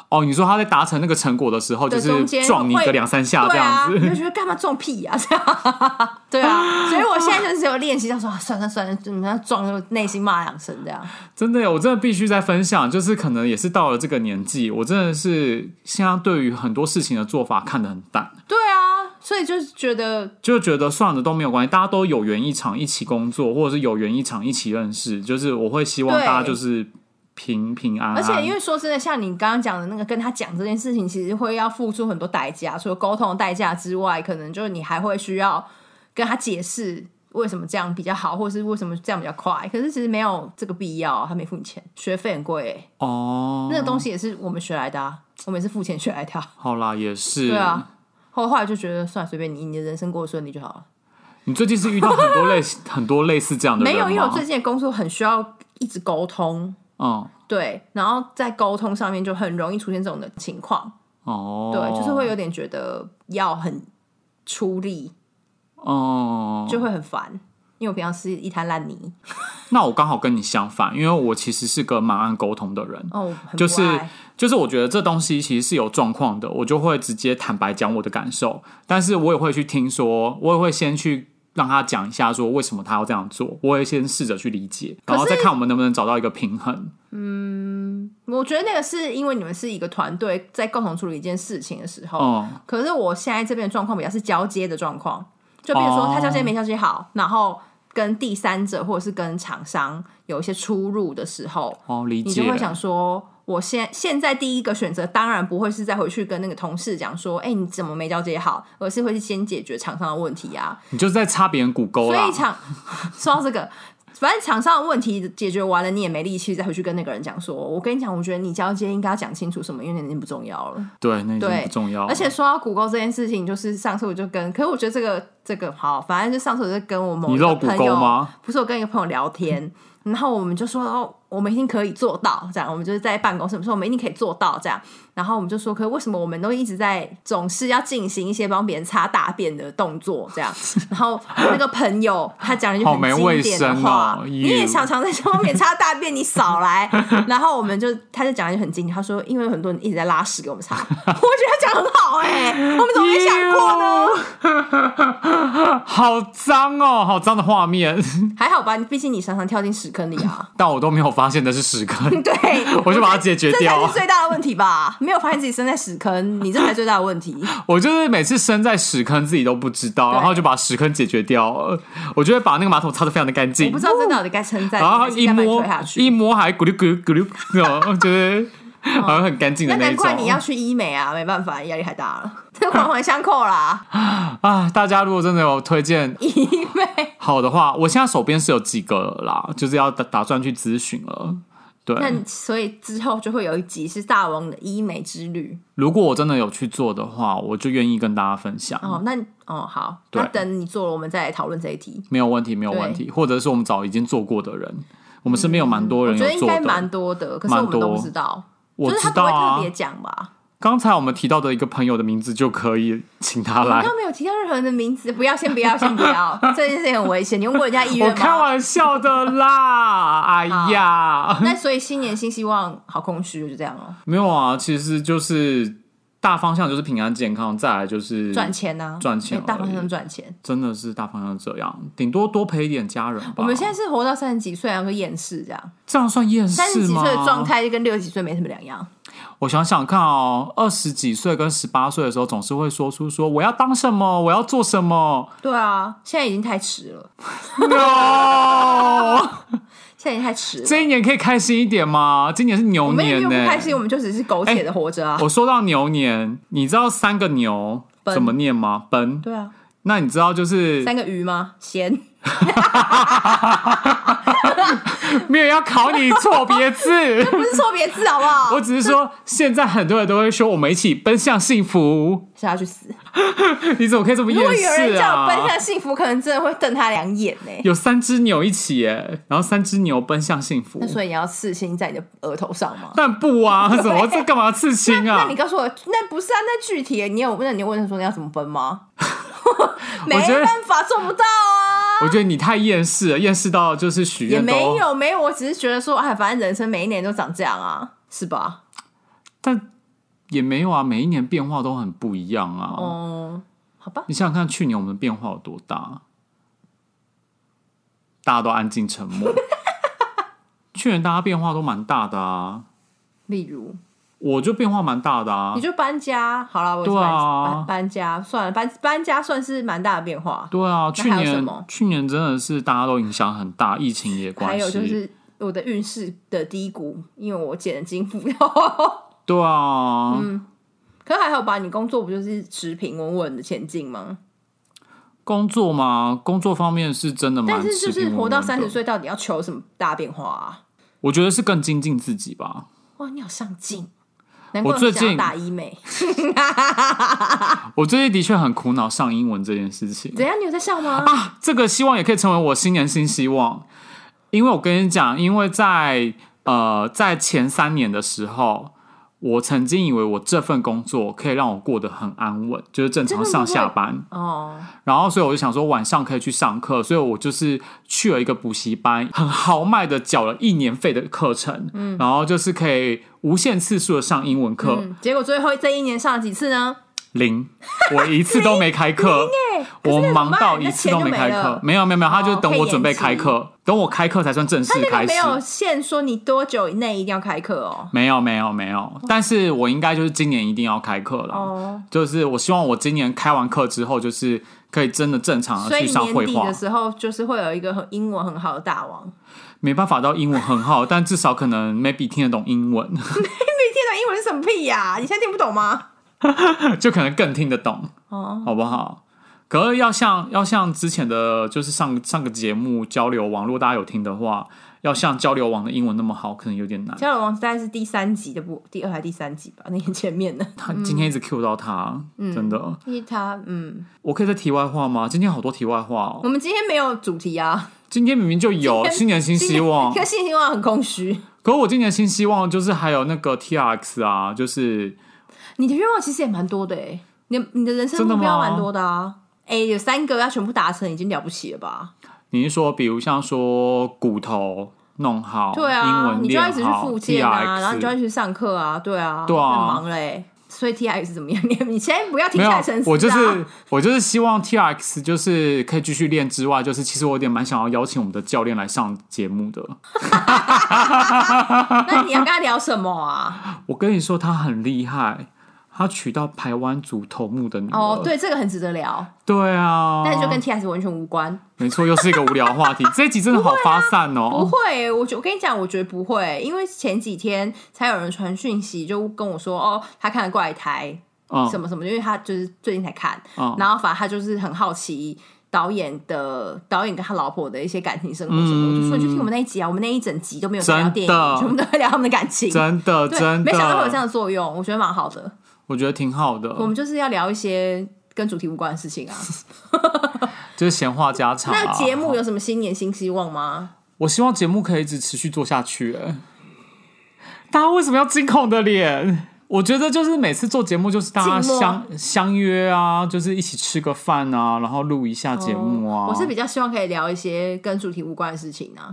Speaker 1: 哦，你说他在达成那个成果的时候，就
Speaker 2: 的中
Speaker 1: 是
Speaker 2: 间
Speaker 1: 撞你
Speaker 2: 会
Speaker 1: 个两三下这
Speaker 2: 对
Speaker 1: 样
Speaker 2: 啊，
Speaker 1: 子， *laughs*
Speaker 2: 你就觉得干嘛撞屁呀、啊？这样 *laughs* 对啊，所以我现在就是有练习，到说、啊、算了算了，你要撞就内心骂两声这样。
Speaker 1: 真的耶，我真的必须再分享，就是可能也是到了这个年纪，我真的是现在对于很多事情的做法看得很淡，
Speaker 2: 对啊，所以就是觉得
Speaker 1: 就觉得算了都没有关系，大家都有缘一场，一起工作，或者是有缘一场，一起认识，就是我会希望
Speaker 2: 对
Speaker 1: 大家就是平平安安。
Speaker 2: 而且因为说真的，像你刚刚讲的那个跟他讲这件事情，其实会要付出很多代价，除了沟通的代价之外，可能就是你还会需要跟他解释为什么这样比较好，或是为什么这样比较快。可是其实没有这个必要，啊他没付你钱，学费很贵、欸，
Speaker 1: 哦，
Speaker 2: 那个东西也是我们学来的、啊，我们也是付钱学来的、啊。
Speaker 1: 好啦，也是。
Speaker 2: *laughs* 对啊，后后来就觉得算了，随便你，你的人生过得顺利就好了。
Speaker 1: 你最近是遇到很多类 *laughs* 很多类似这样的人
Speaker 2: 没有，
Speaker 1: 吗？
Speaker 2: 因为我最近的工作很需要一直沟通，
Speaker 1: 嗯
Speaker 2: 对，然后在沟通上面就很容易出现这种的情况。
Speaker 1: 哦，
Speaker 2: 对，就是会有点觉得要很出力，
Speaker 1: 哦，
Speaker 2: 就会很烦。因为我平常是一滩烂泥，
Speaker 1: 那我刚好跟你相反，因为我其实是个蛮爱沟通的人。
Speaker 2: 哦，很不
Speaker 1: 就是
Speaker 2: 爱
Speaker 1: 就是我觉得这东西其实是有状况的，我就会直接坦白讲我的感受，但是我也会去听说，我也会先去让他讲一下说为什么他要这样做，我也先试着去理解，
Speaker 2: 可是
Speaker 1: 然后再看我们能不能找到一个平衡。
Speaker 2: 我觉得那个是因为你们是一个团队在共同处理一件事情的时候，
Speaker 1: 嗯，
Speaker 2: 可是我现在这边的状况比较是交接的状况，就比如说
Speaker 1: 哦
Speaker 2: 他交接没交接好，然后跟第三者或者是跟厂商有一些出入的时候，
Speaker 1: 哦，理
Speaker 2: 你
Speaker 1: 解
Speaker 2: 就。会想说，我现现在第一个选择当然不会是再回去跟那个同事讲说，哎、你怎么没交接好，而是会先解决厂商的问题啊。
Speaker 1: 你就是在擦别人骨沟
Speaker 2: 所
Speaker 1: 啦
Speaker 2: 以。厂说到这个，反正厂商的问题解决完了，你也没力气再回去跟那个人讲说，我跟你讲，我觉得你交接应该要讲清楚什么，因为那已经不重要了。
Speaker 1: 对，那已经
Speaker 2: 对
Speaker 1: 不重要了。
Speaker 2: 而且说到骨沟这件事情，就是上次我就跟，可是我觉得这个这个好，反正就上次我就跟我某
Speaker 1: 你
Speaker 2: 一个
Speaker 1: 露骨
Speaker 2: 朋
Speaker 1: 沟
Speaker 2: 友，
Speaker 1: 吗？
Speaker 2: 不是我跟一个朋友聊天，然后我们就说哦，我们一定可以做到，这样，我们就是在办公室，我们说我们一定可以做到这样，然后我们就说，可是为什么我们都一直在总是要进行一些帮别人擦大便的动作这样？然后那个朋友他讲了一句
Speaker 1: 好
Speaker 2: 很
Speaker 1: 没卫
Speaker 2: 经典的
Speaker 1: 生
Speaker 2: 话，
Speaker 1: 哦
Speaker 2: 你也
Speaker 1: ，you
Speaker 2: 常常在这方面擦大便，你少
Speaker 1: *laughs*
Speaker 2: 来。然后我们就他就讲了一句很经典，他说因为有很多人一直在拉屎给我们擦，我觉得他讲得很好哎、我们怎么没想过
Speaker 1: 哎
Speaker 2: 呢？
Speaker 1: *laughs* 好脏哦，好脏的画面， *laughs*
Speaker 2: 还好吧，毕竟你常常跳进屎坑里啊。
Speaker 1: 但我都没有发现那是屎 *laughs* 坑，
Speaker 2: 对，
Speaker 1: 我就把它解决
Speaker 2: 这
Speaker 1: 掉啊
Speaker 2: 才是。最大的问题吧？没有发现自己身在屎坑，你这才是最大的问
Speaker 1: *laughs*
Speaker 2: 题。
Speaker 1: 我就是每次身在屎坑自己都不知道，
Speaker 2: 对
Speaker 1: 然后就把屎坑解决掉了。我就会把那个马桶擦得非常的干
Speaker 2: 我
Speaker 1: 净
Speaker 2: 不，知道这到底该称赞你，
Speaker 1: 然后
Speaker 2: 还是
Speaker 1: 啊一
Speaker 2: 该把你
Speaker 1: 摸
Speaker 2: 推下
Speaker 1: 一
Speaker 2: 去。
Speaker 1: 摸还咕噜咕噜咕噜，那种就是好像很干净
Speaker 2: 那
Speaker 1: 的一
Speaker 2: 难怪你要
Speaker 1: 种。
Speaker 2: 去医美啊，没办法，压力太大了， *laughs* 这环环相扣啦。
Speaker 1: 啊，大家如果真的有推荐
Speaker 2: 医
Speaker 1: *laughs*
Speaker 2: 美，
Speaker 1: 好的话，我现在手边是有几个了啦，就是要打打算去咨询了。对，
Speaker 2: 那所以之后就会有一集是大王的医美之旅。
Speaker 1: 如果我真的有去做的话，我就愿意跟大家分享。
Speaker 2: 哦，那哦好，
Speaker 1: 对
Speaker 2: 那等你做了，我们再来讨论这一题。
Speaker 1: 没有问题，没有问题，或者是我们找已经做过的人，我们身边有蛮多
Speaker 2: 嗯我
Speaker 1: 人
Speaker 2: 觉得
Speaker 1: 有
Speaker 2: 应
Speaker 1: 做
Speaker 2: 该
Speaker 1: 的
Speaker 2: 蛮，多的，可是我
Speaker 1: 蛮
Speaker 2: 们都
Speaker 1: 多
Speaker 2: 不知道，
Speaker 1: 我
Speaker 2: 就是
Speaker 1: 知
Speaker 2: 他不
Speaker 1: 道
Speaker 2: 会特
Speaker 1: 啊
Speaker 2: 别。讲吧？
Speaker 1: 刚才我们提到的一个朋友的名字就可以请他来
Speaker 2: 刚。刚没有提到任何人的名字，不要，先不要，先
Speaker 1: *laughs*
Speaker 2: 不要，这件事情很危险。你问过人家意
Speaker 1: 我
Speaker 2: 愿
Speaker 1: 开
Speaker 2: 吗？
Speaker 1: 玩笑的
Speaker 2: *laughs*
Speaker 1: 啦，哎呀，
Speaker 2: 那所以新年新希望，好空虚，就这样哦。
Speaker 1: *laughs* 没有啊，其实就是大方向就是平安健康，再来就是
Speaker 2: 赚，钱呐、啊，
Speaker 1: 赚钱
Speaker 2: 哎大方
Speaker 1: 而已
Speaker 2: 向赚钱。
Speaker 1: 真的是大方向这样，顶多多陪一点家人吧。
Speaker 2: 我们现在是活到三十几岁，然后就厌世这样，
Speaker 1: 这样算厌世吗？
Speaker 2: 三十几岁的状态就跟六十几岁没什么两样。
Speaker 1: 我想想看哦，二十几岁跟十八岁的时候，总是会说出说我要当什么，我要做什么。 *laughs*
Speaker 2: 对啊，现在已经太迟了，
Speaker 1: no，
Speaker 2: *laughs* 现在已经太迟了。
Speaker 1: 这一年可以开心一点吗？今年是
Speaker 2: 我
Speaker 1: 牛
Speaker 2: 们也没
Speaker 1: 年
Speaker 2: 有不
Speaker 1: 呢、哎
Speaker 2: 开心，我们就只是苟且的活着啊。
Speaker 1: 我说到牛年，你知道三个牛
Speaker 2: 奔
Speaker 1: 怎么念吗？奔。
Speaker 2: 对啊，
Speaker 1: 那你知道就是
Speaker 2: 三个鱼吗？咸。
Speaker 1: 没有要考你错别字， *laughs*
Speaker 2: 不是错别字好不好？
Speaker 1: 我只是说现在很多人都会说我们一起奔向幸福，
Speaker 2: 是要去死！
Speaker 1: 你怎么可以这么
Speaker 2: 如果
Speaker 1: 厌
Speaker 2: 有人
Speaker 1: 世
Speaker 2: 叫我奔
Speaker 1: 啊？
Speaker 2: 向幸福，可能真的会瞪他两眼呢、
Speaker 1: 有三只牛一起耶，然后三只牛奔向幸福
Speaker 2: 那。所以你要刺青在你的额头上吗？
Speaker 1: 但不啊，怎么这干嘛刺青
Speaker 2: 那
Speaker 1: 啊
Speaker 2: 你？告诉我，那不是啊？那具体你有那你有问他说你要怎么奔
Speaker 1: *laughs*
Speaker 2: 吗？没
Speaker 1: 觉得
Speaker 2: 办法，做不到啊！
Speaker 1: 我觉得你太厌世了，厌世到就是许
Speaker 2: 也
Speaker 1: 愿
Speaker 2: 没
Speaker 1: 都，
Speaker 2: 有没有，我只是觉得说，哎，反正人生每一年都长这样啊，是吧？
Speaker 1: 但也没有啊，每一年变化都很不一样啊。
Speaker 2: 哦、好吧，
Speaker 1: 你想想看，去年我们的变化有多大？大家都安静沉
Speaker 2: *laughs*
Speaker 1: 默。去年大家变化都蛮大的啊，
Speaker 2: 例如
Speaker 1: 我就变化蛮大的啊
Speaker 2: 你。就搬家，好了，我也是
Speaker 1: 对
Speaker 2: 搬、
Speaker 1: 啊
Speaker 2: 搬搬家算了，搬搬家算是蛮大的变化。
Speaker 1: 对啊，去
Speaker 2: 还有什
Speaker 1: 年
Speaker 2: 么
Speaker 1: 去年真的是大家都影响很大，疫情也关
Speaker 2: 还
Speaker 1: 系。
Speaker 2: 有就是我的运势的低谷，因为我剪了金斧头。
Speaker 1: 对啊，
Speaker 2: *laughs* 嗯可还好吧，你工作不就是持平稳稳的前进吗？
Speaker 1: 工作嘛，工作方面是真的蛮
Speaker 2: 但是就
Speaker 1: 持平
Speaker 2: 是
Speaker 1: 稳
Speaker 2: 活到
Speaker 1: 稳的
Speaker 2: 三十，岁，到底要求什么大变化啊？
Speaker 1: 我觉得是更精进自己吧。
Speaker 2: 哇，你好上进，难怪
Speaker 1: 我最
Speaker 2: 想要
Speaker 1: 近
Speaker 2: 打医美。
Speaker 1: 我最近的确很苦恼上英文这件事情。
Speaker 2: 怎样？你有在笑
Speaker 1: *laughs*
Speaker 2: 吗？
Speaker 1: 啊，这个希望也可以成为我新年新希望，因为我跟你讲，因为在呃在前三年的时候，我曾经以为我这份工作可以让我过得很安稳，就是正常上下班，
Speaker 2: 哦，
Speaker 1: 然后所以我就想说晚上可以去上课，所以我就是去了一个补习班，很豪迈的缴了一年费的课程，然后就是可以无限次数的上英文课，
Speaker 2: 嗯，结果最后这一年上了几次呢？
Speaker 1: 零，我一次都没开课。
Speaker 2: 哎，可是
Speaker 1: 我
Speaker 2: 那怎么
Speaker 1: 忙
Speaker 2: 办
Speaker 1: 到
Speaker 2: 那
Speaker 1: 一次
Speaker 2: 钱
Speaker 1: 都
Speaker 2: 就
Speaker 1: 没开课
Speaker 2: 了，。哦
Speaker 1: 没有没有没有，他就等我准备开
Speaker 2: 可以
Speaker 1: 课，等我开课才算正式
Speaker 2: 那
Speaker 1: 开始
Speaker 2: 个没。有限说你多久以内一定要开课哦。
Speaker 1: 没有没有没有，但是我应该就是今年一定要开课了。
Speaker 2: 哦，
Speaker 1: 就是我希望我今年开完课之后，就是可以真的正常
Speaker 2: 所
Speaker 1: 的
Speaker 2: 以
Speaker 1: 啊去上
Speaker 2: 年
Speaker 1: 绘
Speaker 2: 底
Speaker 1: 画
Speaker 2: 的。时候就是会有一个很英文很好的大
Speaker 1: *laughs*
Speaker 2: 王，
Speaker 1: 没办法到英文很好，但至少可能 maybe 听得懂英文，
Speaker 2: 你听懂英文是什么屁呀、你现在听不懂吗？
Speaker 1: 就可能更听得懂，
Speaker 2: 哦，
Speaker 1: 好不好？可是要像要像之前的，就是上上个节目交流网，如果大家有听的话，要像交流网的英文那么好，可能有点难。
Speaker 2: 交流王大概是第三集的不，第二还是第三集吧，那个前面
Speaker 1: *laughs*
Speaker 2: 的，
Speaker 1: 他今天一直 Q 到他，
Speaker 2: 嗯
Speaker 1: 真的。
Speaker 2: 因为他嗯，
Speaker 1: 我可以在题外话吗？今天好多题外话哦
Speaker 2: 我。们今天没有主题啊，
Speaker 1: 今天明明就有新年新希望
Speaker 2: 今天，可 *laughs* 新希望很空虚。
Speaker 1: 可我今年新希望就是还有那个 T R X 啊，就是
Speaker 2: 你的愿望其实也蛮多的哎、你的你的人生
Speaker 1: 真的
Speaker 2: 目
Speaker 1: 吗
Speaker 2: 标蛮多的啊。哎、有三个要全部达成，已经了不起了吧？
Speaker 1: 你是说，比如像说骨头弄好，
Speaker 2: 对
Speaker 1: 哦英
Speaker 2: 啊，
Speaker 1: 文
Speaker 2: 你就要一
Speaker 1: 练
Speaker 2: 直去
Speaker 1: 好
Speaker 2: 复
Speaker 1: T
Speaker 2: 健
Speaker 1: R
Speaker 2: 啊，然后
Speaker 1: X，
Speaker 2: 你就要一直去上课啊，对啊，
Speaker 1: 对啊
Speaker 2: 很忙嘞、所以 T I 是怎么样？你 *laughs* 你先不要停
Speaker 1: 没有
Speaker 2: 下来沉思、啊，
Speaker 1: 我就是我就是希望 T R X 就是可以继续练之外，就是其实我有点蛮想要邀请我们的教练来上节目的。
Speaker 2: *laughs* 那你要跟他聊什么啊？
Speaker 1: 我跟你说，他很厉害，他娶到台湾族头目的女儿。 *laughs*
Speaker 2: 哦，对，这个很值得聊，
Speaker 1: 对啊，
Speaker 2: 但是就跟 T S 完全无关。
Speaker 1: 没错，又是一个无聊话题。这一集真的好发散
Speaker 2: *laughs* 不
Speaker 1: 哦。
Speaker 2: 会，我觉我跟你讲，我觉得不会，因为前几天才有人传讯息，就跟我说，哦，他看了怪胎
Speaker 1: 嗯
Speaker 2: 啊什么什么，因为他就是最近才看，
Speaker 1: 嗯
Speaker 2: 然后反正他就是很好奇。导演的导演跟他老婆的一些感情生活什
Speaker 1: 嗯
Speaker 2: 么，我就说你去听我们那一集啊，我们那一整集都没有在聊
Speaker 1: 真
Speaker 2: 电
Speaker 1: 的
Speaker 2: 影，全部都在聊他们的感情。
Speaker 1: 真的
Speaker 2: 对，
Speaker 1: 真
Speaker 2: 没想到会有这
Speaker 1: 的，
Speaker 2: 样的作用，我觉得蛮好的。
Speaker 1: 我觉得挺好
Speaker 2: 我
Speaker 1: 的，
Speaker 2: 们就是要聊一些跟主题无关的事情啊。
Speaker 1: 就是闲话家常、啊。
Speaker 2: 那节目，有什么新年新希望吗？
Speaker 1: 我希欸望节目可以一直持续做下去、哎大家为什么要惊恐的脸？我觉得就是每次做节目，就是大家
Speaker 2: 静默
Speaker 1: 相相约啊，就是一起吃个饭啊，然后录一下节目啊。
Speaker 2: 哦我是比较希望可以聊一些跟主题无关的事情啊，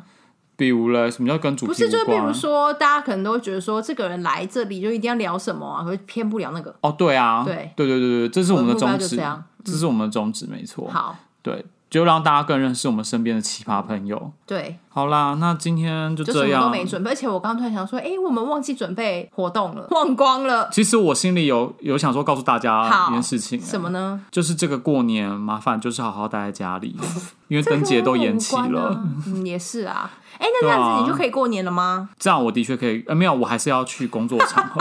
Speaker 1: 比如嘞，什么叫跟主题
Speaker 2: 不是，就是
Speaker 1: 无
Speaker 2: 比
Speaker 1: 关
Speaker 2: 如说，大家可能都会觉得说，这个人来这里就一定要聊什么啊，可是偏不聊那个。
Speaker 1: 哦，对啊，
Speaker 2: 对
Speaker 1: 对对对对，这是我们的
Speaker 2: 我的目标
Speaker 1: 宗
Speaker 2: 就
Speaker 1: 旨
Speaker 2: 这样，嗯
Speaker 1: 这是我们的宗旨，没错。
Speaker 2: 好，
Speaker 1: 对，就让大家更认识我们身边的奇葩朋友。
Speaker 2: 对，
Speaker 1: 好啦，那今天就
Speaker 2: 就什
Speaker 1: 这
Speaker 2: 么都
Speaker 1: 样。
Speaker 2: 没准备，而且我刚刚突然想说，哎、我们忘记准备活动
Speaker 1: *laughs*
Speaker 2: 了，忘光了，
Speaker 1: 其实我心里有有想说告诉大家
Speaker 2: 好
Speaker 1: 一件事情、
Speaker 2: 什么呢？
Speaker 1: 就是这个过年麻烦就是好好待在家
Speaker 2: *laughs*
Speaker 1: 里，因为灯节都延期
Speaker 2: 这跟我无
Speaker 1: 了。
Speaker 2: 关啊嗯，也是
Speaker 1: *laughs*
Speaker 2: 啊。哎、那这
Speaker 1: 对啊
Speaker 2: 样子你就可以过年了吗？
Speaker 1: 这样我的确可以，呃，没有，我还是要去工作场
Speaker 2: *laughs*
Speaker 1: 合。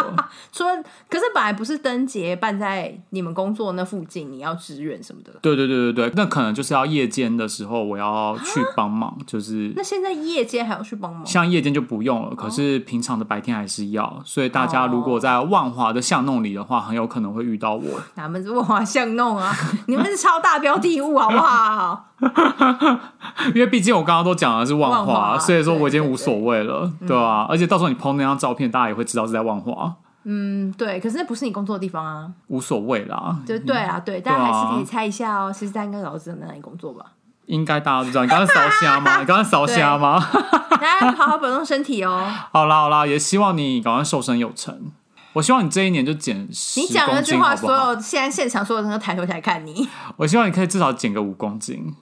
Speaker 2: 说，可是本来不是灯节办在你们工作那附近，你要支援什么的。
Speaker 1: 对对对对对，那可能就是要夜间的时候我要去帮
Speaker 2: *laughs*
Speaker 1: 忙，就是
Speaker 2: 那现在夜间还要去帮忙？
Speaker 1: 像夜间就不
Speaker 2: 哦
Speaker 1: 用了，可是平常的白天还是要。所以大家如果在万华的巷弄里的话，很有可能会遇到
Speaker 2: *laughs*
Speaker 1: 我。
Speaker 2: 哪门子文化巷
Speaker 1: *laughs*
Speaker 2: 弄啊？你们是超大标的物好不好？
Speaker 1: 因为毕竟我刚刚都讲的是万
Speaker 2: 万华
Speaker 1: 所以说我已经
Speaker 2: 对对
Speaker 1: 无所谓了，对啊？而且到时候你 PO 那张照片，大家也会知道是在万华，
Speaker 2: 嗯，对，可是那不是你工作的地方啊。
Speaker 1: 无所谓啦。
Speaker 2: 对对啊，对，大家还是可以猜一下哦。其实大家应该早就知道在哪里工作吧？
Speaker 1: 应该大家都知道，你刚刚扫瞎
Speaker 2: *laughs*
Speaker 1: 吗？你刚刚扫瞎吗？
Speaker 2: 大家好好保重身体哦。
Speaker 1: *laughs* 好啦好啦，也希望你赶快瘦身有成。我希望你这一年就减十
Speaker 2: 你
Speaker 1: 公斤，
Speaker 2: 讲了那句话，
Speaker 1: 好不
Speaker 2: 所
Speaker 1: 好？
Speaker 2: 有现在现场所有人都抬头起来看你。 *laughs*
Speaker 1: 我希望你可以至少减个五公斤，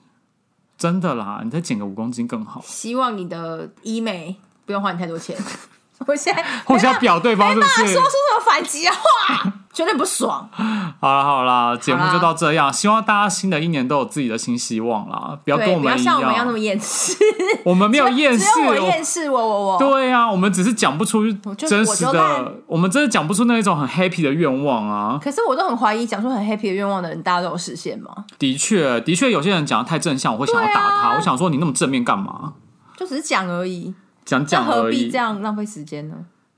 Speaker 1: 真的啦，你再减个五公斤更
Speaker 2: *laughs*
Speaker 1: 好。
Speaker 2: 希望你的医美不用花你太多钱。我
Speaker 1: *laughs*
Speaker 2: 现在
Speaker 1: 互相表对方是不
Speaker 2: 没办法
Speaker 1: 是
Speaker 2: 说？出什么反击的话，绝对不爽。
Speaker 1: 好啦好啦，节目
Speaker 2: 好啦
Speaker 1: 就到这样，希望大家新的一年都有自己的新希望啦，不要跟
Speaker 2: 对，
Speaker 1: 我
Speaker 2: 不要
Speaker 1: 们一样，
Speaker 2: 像我们一样那么厌世。
Speaker 1: 我们没有厌世，
Speaker 2: *laughs* 只有我
Speaker 1: 我
Speaker 2: 厌世，我我我。
Speaker 1: 对啊，我们只是讲不出
Speaker 2: 就
Speaker 1: 真实
Speaker 2: 我就烂
Speaker 1: 的，我们真的讲不出那一种很 happy 的愿望啊。
Speaker 2: 可是我都很怀疑，讲出很 happy 的愿望的人，大家都有实现吗？
Speaker 1: 的确，的确，有些人讲的太正向，我会想要打
Speaker 2: 啊
Speaker 1: 他。我想说，你那么正面干嘛？
Speaker 2: 就只是讲而已，
Speaker 1: 讲
Speaker 2: 那
Speaker 1: 讲
Speaker 2: 何
Speaker 1: 而
Speaker 2: 必
Speaker 1: 已
Speaker 2: 这。样浪费时间呢？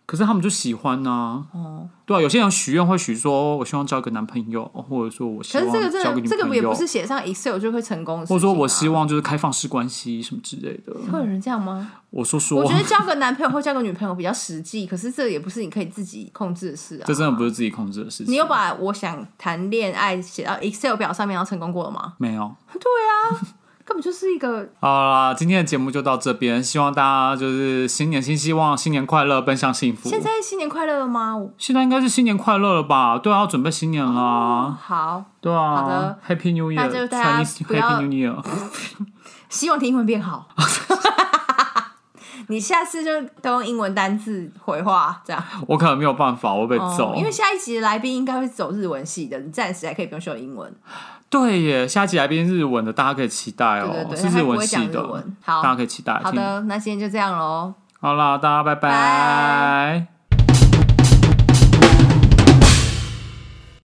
Speaker 1: 可是他们就喜欢呐、啊。
Speaker 2: 哦
Speaker 1: 对啊，有些人许愿会许说，我希望交一个男朋友，哦或者说我希
Speaker 2: 可
Speaker 1: 望
Speaker 2: 是这个
Speaker 1: 交个
Speaker 2: 真
Speaker 1: 女朋友，
Speaker 2: 的，这个也不是啊写上 Excel 就会成功的事情啊、
Speaker 1: 或者说我希望就是开放式关系什么之类的。
Speaker 2: 会有人这样吗？
Speaker 1: 我说说，
Speaker 2: 我觉得交个男朋友或交个女朋友比较实际，可是这也不是你可以自己控制的事啊
Speaker 1: *laughs* 这。真的不是自己控制的事情。
Speaker 2: 你有把我想谈恋爱写到 Excel 表上面，然后成功过了吗？
Speaker 1: 没有？
Speaker 2: 根本就是一个
Speaker 1: 好啦，今天的节目就到这边，希望大家就是新年新希望，新年快乐，奔向幸福。
Speaker 2: 现在新年快乐了吗？我
Speaker 1: 现在应该是新年快乐了吧？对啊，要准备新年
Speaker 2: 哦
Speaker 1: 啦。
Speaker 2: 好，
Speaker 1: 对啊，
Speaker 2: 好的
Speaker 1: ，Happy New
Speaker 2: 那就大家
Speaker 1: Year，Chinese
Speaker 2: 不要
Speaker 1: Happy New Year。 *laughs*
Speaker 2: 希望你英文变好。 *laughs* 你下次就都用英文单字回话，
Speaker 1: *laughs*
Speaker 2: 这样。
Speaker 1: 我可能没有办法，我被揍。
Speaker 2: 哦因为下一集的来宾应该会走日文系的，你暂时还可以不用修英文。
Speaker 1: 对耶，下期来宾日文的，大家可以期待哦，
Speaker 2: 对对对
Speaker 1: 是日
Speaker 2: 他不
Speaker 1: 文
Speaker 2: 会
Speaker 1: 系
Speaker 2: 讲
Speaker 1: 的
Speaker 2: 日文，
Speaker 1: 大家
Speaker 2: 好
Speaker 1: 可以期待。
Speaker 2: 好
Speaker 1: 听
Speaker 2: 的，那今天就这样喽。
Speaker 1: 好啦，大家拜拜
Speaker 2: 拜